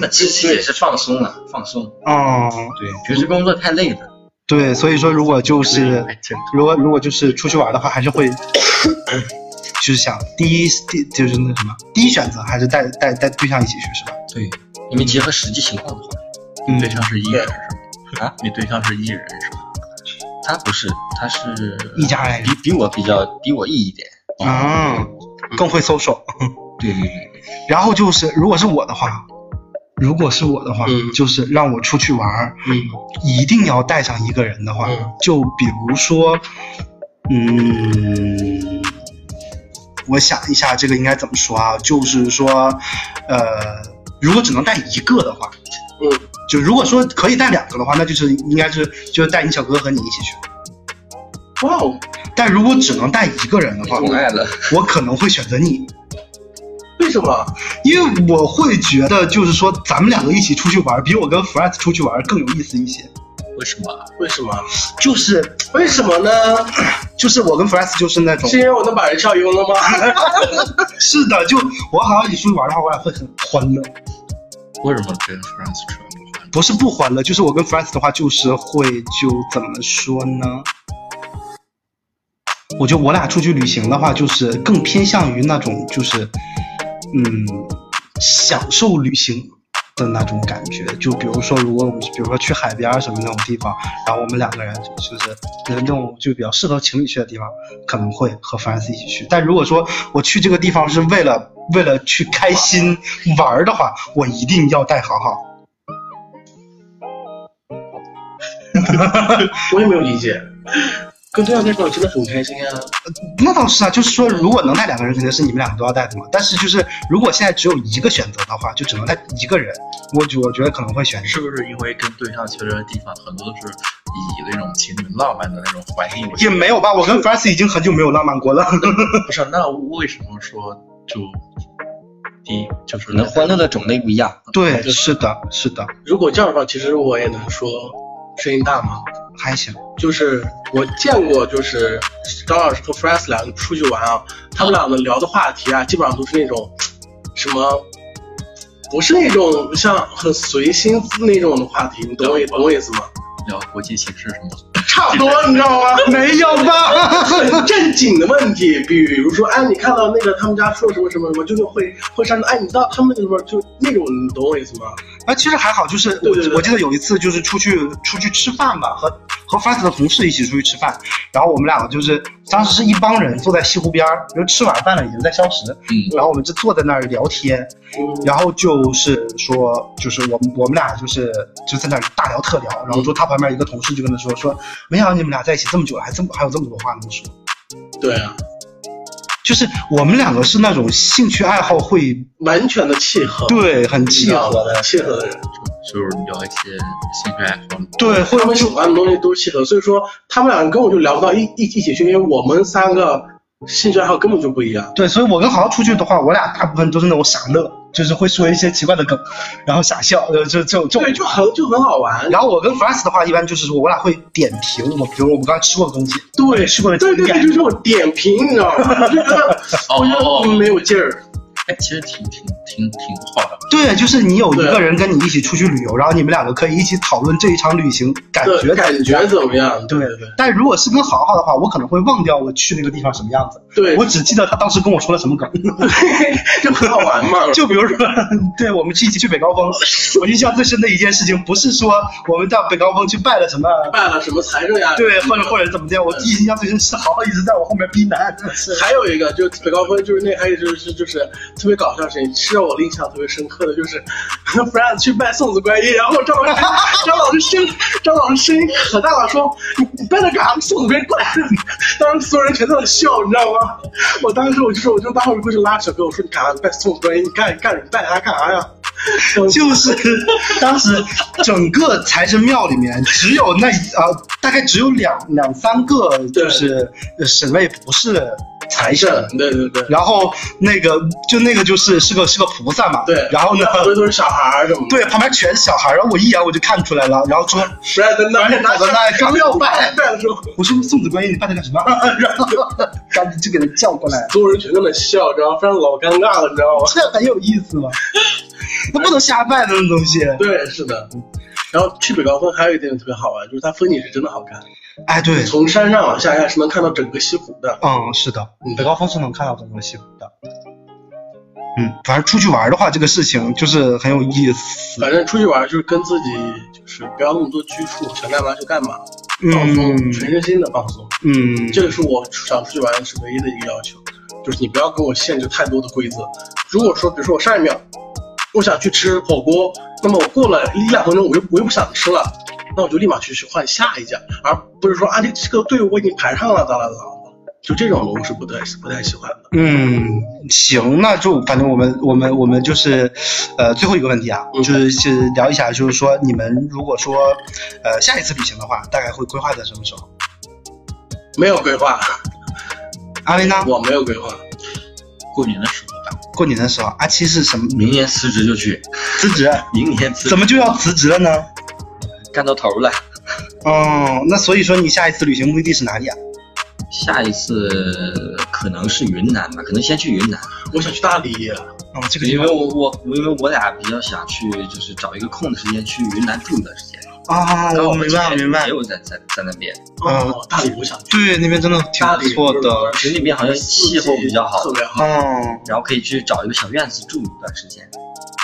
Speaker 3: 那 其实也是放松啊，放松。
Speaker 2: 嗯
Speaker 1: 哦、
Speaker 3: 对，平时工作太累了。
Speaker 1: 对，所以说如果就是
Speaker 4: 哎这
Speaker 1: 如果如果就是出去玩的话，还是会就是想第一第就是那什么第一选择还是带带带对象一起去是吧？
Speaker 3: 对，你们结合实际情况的话，
Speaker 1: 嗯
Speaker 4: 你对象是艺人
Speaker 2: 对
Speaker 4: 是吗？
Speaker 3: 啊，
Speaker 4: 你对象是艺人是吗？
Speaker 3: 他不是，他是
Speaker 1: 一家人
Speaker 3: 比比我比较比我异一点。
Speaker 1: 啊，更会搜手。
Speaker 3: 对对对，
Speaker 1: 然后就是，如果是我的话，如果是我的话，
Speaker 2: 嗯
Speaker 1: 就是让我出去玩儿，
Speaker 2: 嗯
Speaker 1: 一定要带上一个人的话，
Speaker 2: 嗯
Speaker 1: 就比如说，嗯，我想一下这个应该怎么说啊？就是说，呃，如果只能带一个的话，
Speaker 2: 嗯，
Speaker 1: 就如果说可以带两个的话，那就是应该是就是带你小哥哥和你一起去。
Speaker 2: 哇哦，
Speaker 1: 但如果只能带一个人的话，
Speaker 3: 宠爱了。
Speaker 1: 我可能会选择你。
Speaker 2: 为什么？
Speaker 1: 因为我会觉得，就是说，咱们两个一起出去玩，比我跟 Fred 出去玩更有意思一些。
Speaker 4: 为什么啊？
Speaker 2: 为什么？
Speaker 1: 就是，
Speaker 2: 为什么呢？
Speaker 1: 就是我跟 Fred 就是那种
Speaker 2: 是，因为我能把人笑晕了吗？
Speaker 1: 是的，就我好像一起出去玩的话，我俩会很欢乐。
Speaker 4: 为什么跟 France 吃完不欢？
Speaker 1: 不是不欢乐，就是我跟 Fred 的话，就是会就怎么说呢？我觉得我俩出去旅行的话，就是更偏向于那种就是，嗯，享受旅行的那种感觉。就比如说，如果我们比如说去海边儿什么那种地方，然后我们两个人就是那种就比较适合情侣去的地方，可能会和 Fans 一起去。但如果说我去这个地方是为了为了去开心玩儿的话，我一定要带好好。
Speaker 2: 我也没有理解。跟对象在一块儿真的很开心啊！
Speaker 1: 那倒是啊，就是说，如果能带两个人，肯定是你们两个都要带的嘛。但是就是，如果现在只有一个选择的话，就只能带一个人。我觉我觉得可能会选
Speaker 4: 是不是因为跟对象去的地方很多都是以那种情侣浪漫的那种环境为主？
Speaker 1: 也没有吧。我跟 Francis 已经很久没有浪漫过了。
Speaker 4: 不是，那为什么说就第一就是
Speaker 3: 可能欢乐的种类不一样。
Speaker 1: 对，是的，是的，
Speaker 2: 如果这样的话，其实我也能说声音大吗？
Speaker 1: 还行。
Speaker 2: 就是我见过，就是张老师和 f r a n c 两个出去玩啊，他们俩的聊的话题啊，基本上都是那种什么，不是那种像很随心那种的话题，你懂我懂我意思吗？
Speaker 4: 聊国际形势什么？
Speaker 2: 差不多，你知道吗？
Speaker 1: 没有 吧？
Speaker 2: 很正经的问题，比如说，哎，你看到那个他们家说什么什么什么，就是会会上来，哎，你知道他们那个什么，就那种，你懂我意思吗？
Speaker 1: 啊，其实还好，就是
Speaker 2: 对对对
Speaker 1: 我我记得有一次就是出去出去吃饭吧，和和 Francis 的同事一起出去吃饭，然后我们两个就是当时是一帮人坐在西湖边儿，就吃晚饭了，已经在消食，
Speaker 4: 嗯
Speaker 1: 然后我们就坐在那儿聊天，
Speaker 2: 嗯，
Speaker 1: 然后就是说，就是我们我们俩就是就在那儿大聊特聊，然后说他旁边一个同事就跟他说说，没想到你们俩在一起这么久了，还这么还有这么多话能说。
Speaker 2: 对啊，
Speaker 1: 就是我们两个是那种兴趣爱好会
Speaker 2: 完全的契合，
Speaker 1: 对很
Speaker 2: 你
Speaker 1: 契
Speaker 2: 知道吧
Speaker 1: 合的，
Speaker 2: 契合的人。
Speaker 4: 就是聊一些兴趣爱好。
Speaker 1: 对会
Speaker 2: 他们喜欢的东西都契合，所以说他们两个跟我就聊不到一一一起去，因为我们三个兴趣爱好根本就不一样。
Speaker 1: 对，所以我跟豪豪出去的话，我俩大部分都是那种傻乐，就是会说一些奇怪的梗，然后傻笑，呃，就就就
Speaker 2: 对，就很就很好玩。
Speaker 1: 然后我跟 France 的话，一般就是说我俩会点评我们，比如我们刚才吃过的东西，
Speaker 2: 对，
Speaker 1: 去过的
Speaker 2: 对
Speaker 1: 景
Speaker 2: 对对，
Speaker 1: 点
Speaker 2: 就，是这种点评，你知道吗？我 就觉得
Speaker 4: 哦
Speaker 2: 我觉得
Speaker 4: 哦
Speaker 2: 我
Speaker 4: 哦，
Speaker 2: 们没有劲儿。
Speaker 4: 哎，其实挺挺挺挺好的。
Speaker 1: 对，就是你有一
Speaker 2: 对
Speaker 1: 个人跟你一起出去旅游，然后你们两个可以一起讨论这一场旅行感
Speaker 2: 对
Speaker 1: 觉怎
Speaker 2: 感
Speaker 1: 么
Speaker 2: 觉
Speaker 1: 样。
Speaker 2: 怎么样？
Speaker 1: 对
Speaker 2: 对
Speaker 1: 但如果是跟豪豪的话，我可能会忘掉我去那个地方什么样子，
Speaker 2: 对，
Speaker 1: 我只记得他当时跟我说了什么 梗。
Speaker 2: 就很好玩 嘛。
Speaker 1: 就比如说，对我们一起去北高峰， 我印象最深的一件事情，不是说我们到北高峰去拜了什么，
Speaker 2: 办了什么财政呀？
Speaker 1: 对，或者或者怎么的，我印象最深是豪豪一直在我后面逼男，
Speaker 2: 还有一个就是北高峰，就是那还有就是就是特别搞笑的事情，是让我印象特别深刻刻的就是 Franz 去拜送子观音，然后张老师张老师声张老师声音可大了，说你你拜那干啥？送子观音过来！当时所有人全都在笑，你知道吗？我当时我就说，我就当时过去拉小哥，我说你干啥？你拜送子观音，你干干拜他干啥呀？
Speaker 1: 就是 当时整个财神庙里面只有那呃大概只有两两三个就是呃神位不是财神，
Speaker 2: 对对对。
Speaker 1: 然后那个就那个就是是个是个菩萨嘛，
Speaker 2: 对
Speaker 1: 然后呢。
Speaker 2: 回头是小孩儿什么的，
Speaker 1: 对，旁边全是小孩，然后我一眼我就看出来了，然后说，
Speaker 2: 不然等
Speaker 1: 而且
Speaker 2: 等，
Speaker 1: 拿着那
Speaker 2: 刚要拜拜的时候，
Speaker 1: 我说送子观音，你拜他干什么？啊然 后赶紧就给他叫过来，
Speaker 2: 所有人全都在笑，知道吗？非常老尴尬了，你知道吗？
Speaker 1: 这很有意思嘛， 那不能瞎拜那种东西。
Speaker 2: 对，是的。然后去北高峰还有一点特别好玩，就是它风景是真的好看，
Speaker 1: 哎，对，
Speaker 2: 从山上往下看是能看到整个西湖的。
Speaker 1: 嗯，是的，
Speaker 2: 嗯
Speaker 1: 北高峰是能看到整个西湖的。嗯，反正出去玩的话，这个事情就是很有意思。
Speaker 2: 反正出去玩就是跟自己就是不要那么多拘束，想干嘛就干嘛，放松，
Speaker 1: 嗯
Speaker 2: 全身心的放松。
Speaker 1: 嗯，
Speaker 2: 这个是我想出去玩是唯一的一个要求，就是你不要给我限制太多的规则。如果说，比如说我上一秒我想去吃火锅，那么我过了一两分钟我又我又不想吃了，那我就立马去去换下一家，而不是说啊这这个队伍我已经排上了，咋啦咋啦，就这种我是不太不太喜欢的。
Speaker 1: 嗯，行，那就反正我们我们我们就是，呃，最后一个问题啊，
Speaker 2: 嗯
Speaker 1: 就是是聊一下，就是说你们如果说，呃，下一次旅行的话，大概会规划在什么时候？
Speaker 2: 没有规划，
Speaker 1: 阿威呢？
Speaker 2: 我没有规划，
Speaker 4: 过年的时候吧，
Speaker 1: 过年的时候，阿七是什么
Speaker 4: 明年辞职就去，
Speaker 1: 辞职？
Speaker 4: 明年辞
Speaker 1: 怎么就要辞职了呢？
Speaker 3: 干到头了。
Speaker 1: 哦，那所以说你下一次旅行目的地是哪里啊？
Speaker 3: 下一次可能是云南吧，可能先去云南，
Speaker 2: 我想去大理，
Speaker 1: 哦，这个地
Speaker 3: 因
Speaker 1: 方
Speaker 3: 为我我因为我俩比较想去，就是找一个空的时间去云南住一段时间。
Speaker 1: 啊，
Speaker 3: 刚好
Speaker 1: 我
Speaker 3: 们
Speaker 1: 明白
Speaker 3: 前
Speaker 1: 明白
Speaker 3: 也，有在在在那边，
Speaker 2: 哦，大理我想去，
Speaker 1: 对，那边真的挺
Speaker 2: 大
Speaker 1: 不
Speaker 2: 理
Speaker 1: 错的。
Speaker 3: 其实那边好像气候比较好
Speaker 2: 特，别好。
Speaker 1: 哦
Speaker 3: 然后可以去找一个小院子住一段时间，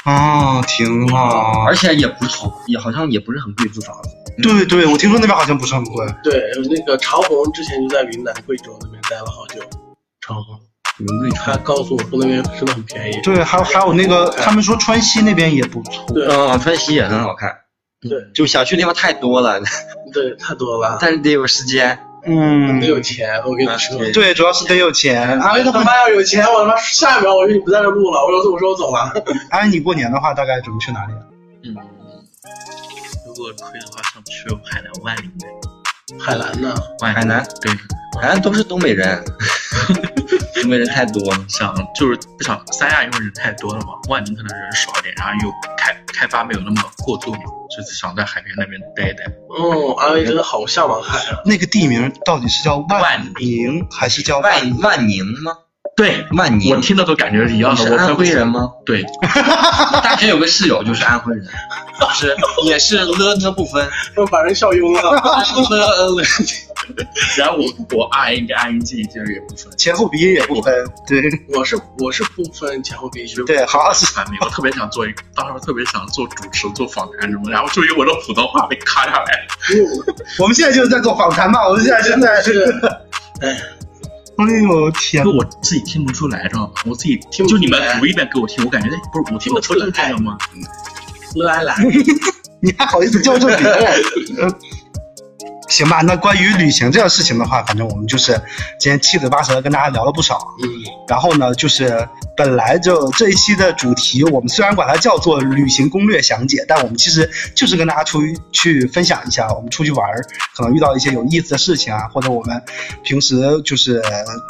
Speaker 1: 哦，挺好
Speaker 3: 而。且也不好，也好像也不是很贵租房子。
Speaker 1: 对对，我听说那边好像不是很贵。
Speaker 2: 对，那个长虹之前就在云南贵州那边待了好久，长虹，
Speaker 3: 云贵
Speaker 2: 他
Speaker 3: 川
Speaker 2: 告诉我说那边真的很便宜。
Speaker 1: 对，还有还有那个，
Speaker 2: 对
Speaker 1: 他们说川西那边也不错。
Speaker 2: 对
Speaker 3: 嗯，川西也很好看，
Speaker 2: 对
Speaker 3: 就想去的地方太多了，
Speaker 2: 对，太多了，
Speaker 3: 但是得有时间。
Speaker 1: 嗯
Speaker 2: 没，有钱，我跟你说。
Speaker 3: 对
Speaker 1: 对，主要是得有钱。哎阿
Speaker 2: 阿
Speaker 1: 威
Speaker 2: 威
Speaker 1: 的
Speaker 2: 他
Speaker 1: 话，
Speaker 2: 妈要有钱，我他妈下一秒我就不在这录了，我说我说我走了。
Speaker 1: 阿哎威，你过年的话大概准备去哪里啊？
Speaker 4: 嗯，如果可以的话，想去海南万宁呗。
Speaker 2: 海南呢？
Speaker 4: 万宁
Speaker 3: 海南
Speaker 4: 对，
Speaker 3: 好像都是东北人， 东北人太多了。
Speaker 4: 想就是不想三亚，因为人太多了嘛，万宁可能人少一点，然后又开开发没有那么过度嘛，就是想在海边那边待一待。
Speaker 2: 嗯，阿威真的好向往海 啊。
Speaker 1: 那个地名到底是叫万
Speaker 4: 万
Speaker 1: 宁还是叫万？
Speaker 3: 万万宁吗？
Speaker 4: 对，
Speaker 3: 万宁
Speaker 4: 我，听的都感觉是一样
Speaker 3: 你
Speaker 4: 的。
Speaker 3: 是
Speaker 4: 我
Speaker 3: 安徽人
Speaker 4: 吗？
Speaker 3: 吗？
Speaker 4: 对，
Speaker 3: 我大学有个室友就是安徽人，就是也是了呢不分，
Speaker 2: 把人笑晕了。
Speaker 3: 安徽了
Speaker 4: 然后我我二 N 跟二 N G 就是也不分，
Speaker 1: 前后鼻音也不分。对
Speaker 2: 我是我是不分前后鼻音，
Speaker 1: 对，好好是
Speaker 4: 反面。我特别想做一个，当时特别想做主持、做访谈什么，然后就因为我的普通话被卡下来
Speaker 2: 因
Speaker 4: 了。
Speaker 2: 为我
Speaker 1: 我们现在就是在做访谈嘛，我们现在真的是，哎呦天
Speaker 4: 因为我自己听不出来，知道吗？我自己
Speaker 2: 听不出来
Speaker 4: 就你们读一遍给我听，我感觉哎，不是我听得出来这样吗？
Speaker 2: 乐安来，
Speaker 1: 你还好意思纠正别人？嗯行吧，那关于旅行这个事情的话，反正我们就是今天七嘴八舌地跟大家聊了不少。
Speaker 2: 嗯，
Speaker 1: 然后呢，就是本来就这一期的主题，我们虽然管它叫做旅行攻略详解，但我们其实就是跟大家出去去分享一下，我们出去玩儿可能遇到一些有意思的事情啊，或者我们平时就是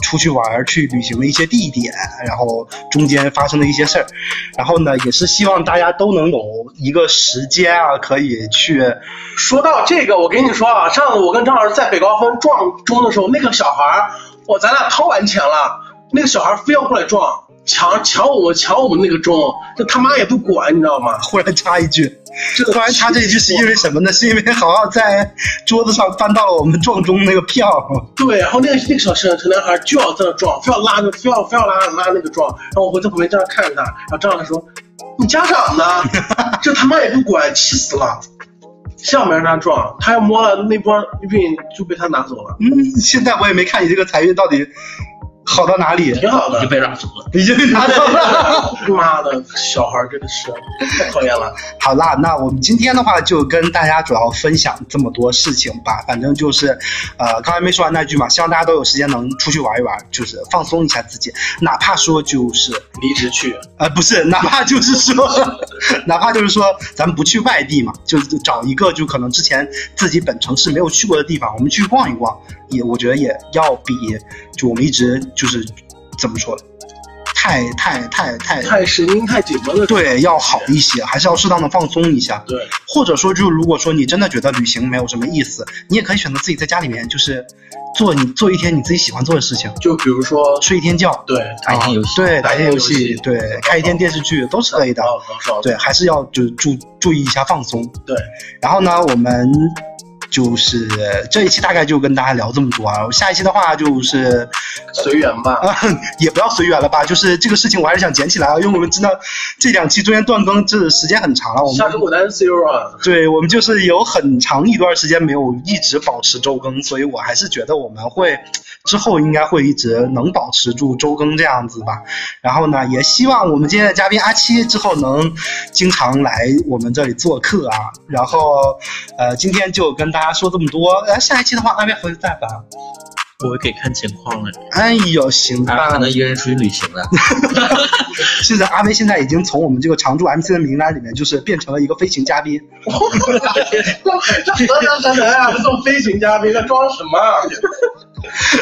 Speaker 1: 出去玩儿去旅行的一些地点，然后中间发生的一些事儿。然后呢，也是希望大家都能有一个时间啊，可以去
Speaker 2: 说到这个，我跟你说啊，上次我跟张老师在北高峰撞钟的时候，那个小孩儿，我咱俩掏完钱了，那个小孩儿非要过来撞，抢抢我们抢我们那个钟，这他妈也不管，你知道吗？
Speaker 1: 忽然插一句，
Speaker 2: 这
Speaker 1: 忽然插这一句是因为什么呢？是因为好像在桌子上翻到了我们撞钟那个票。
Speaker 2: 对，然后那个那个小小小男孩就要在那撞，非要拉着，非要非要拉拉那个撞，然后我在旁边这样看着他，然后张老师说：“你家长呢？ 这他妈也不管，气死了！”下面让他撞，他要摸了那波玉品就被他拿走了。
Speaker 1: 嗯，现在我也没看你这个财运到底好到哪里？
Speaker 2: 挺好
Speaker 4: 你就
Speaker 2: 的。
Speaker 4: 被 rap 了。
Speaker 1: 已经拿到了。
Speaker 2: 妈的，小孩真的是太讨厌了。
Speaker 1: 好啦，那我们今天的话就跟大家主要分享这么多事情吧。反正就是，呃，刚才没说完那句嘛，希望大家都有时间能出去玩一玩，就是放松一下自己，哪怕说就是，
Speaker 2: 离职去，
Speaker 1: 呃，不是，哪怕就是说，哪怕就是说，咱们不去外地嘛，就就找一个就可能之前自己本城市没有去过的地方，我们去逛一逛，也我觉得也要比就我们一直就是怎么说，太太太太
Speaker 2: 太神经太紧绷了。
Speaker 1: 对要好一些，还是要适当的放松一下。
Speaker 2: 对，
Speaker 1: 或者说，就如果说你真的觉得旅行没有什么意思，你也可以选择自己在家里面，就是做你做一天你自己喜欢做的事情，
Speaker 2: 就比如说，
Speaker 1: 睡一天觉，啊
Speaker 2: 对，
Speaker 3: 打一天游戏
Speaker 1: 对，打一天游
Speaker 2: 打一天
Speaker 1: 戏
Speaker 2: 游戏，哦
Speaker 1: 对，看一天电视剧都是可以的
Speaker 2: 然。后然后
Speaker 1: 对，还是要就是注注意一下放松。
Speaker 2: 对，
Speaker 1: 然后呢，我们就是这一期大概就跟大家聊这么多啊。下一期的话就是
Speaker 2: 随缘吧。
Speaker 1: 啊，也不要随缘了吧，就是这个事情我还是想捡起来啊，因为我们真的这两期中间断更，这时间很长了，我们
Speaker 2: 下周我单 C U 啊，
Speaker 1: 对我们就是有很长一段时间没有一直保持周更，所以我还是觉得我们会之后应该会一直能保持住周更这样子吧。然后呢，也希望我们今天的嘉宾阿七之后能经常来我们这里做客啊。然后，呃，今天就跟大家说这么多。呃，下一期的话，阿威还会再吧？
Speaker 4: 我可以看情况了，
Speaker 1: 哎呦，行吧。
Speaker 3: 他可能一个人出去旅行了。
Speaker 1: 是的，阿威现在已经从我们这个常驻 MC 的名单里面，就是变成了一个飞行嘉宾。
Speaker 2: 这什么什么呀？这啊种飞行嘉宾，他装什么啊？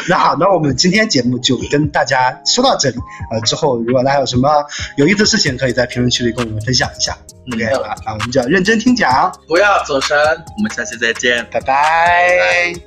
Speaker 1: 那好，那我们今天节目就跟大家说到这里。呃，之后如果大家有什么有意思的事情，可以在评论区里跟我们分享一下。OK，好了，那我们就要认真听讲，
Speaker 2: 不要走神。
Speaker 4: 我们下期再见。
Speaker 1: 拜拜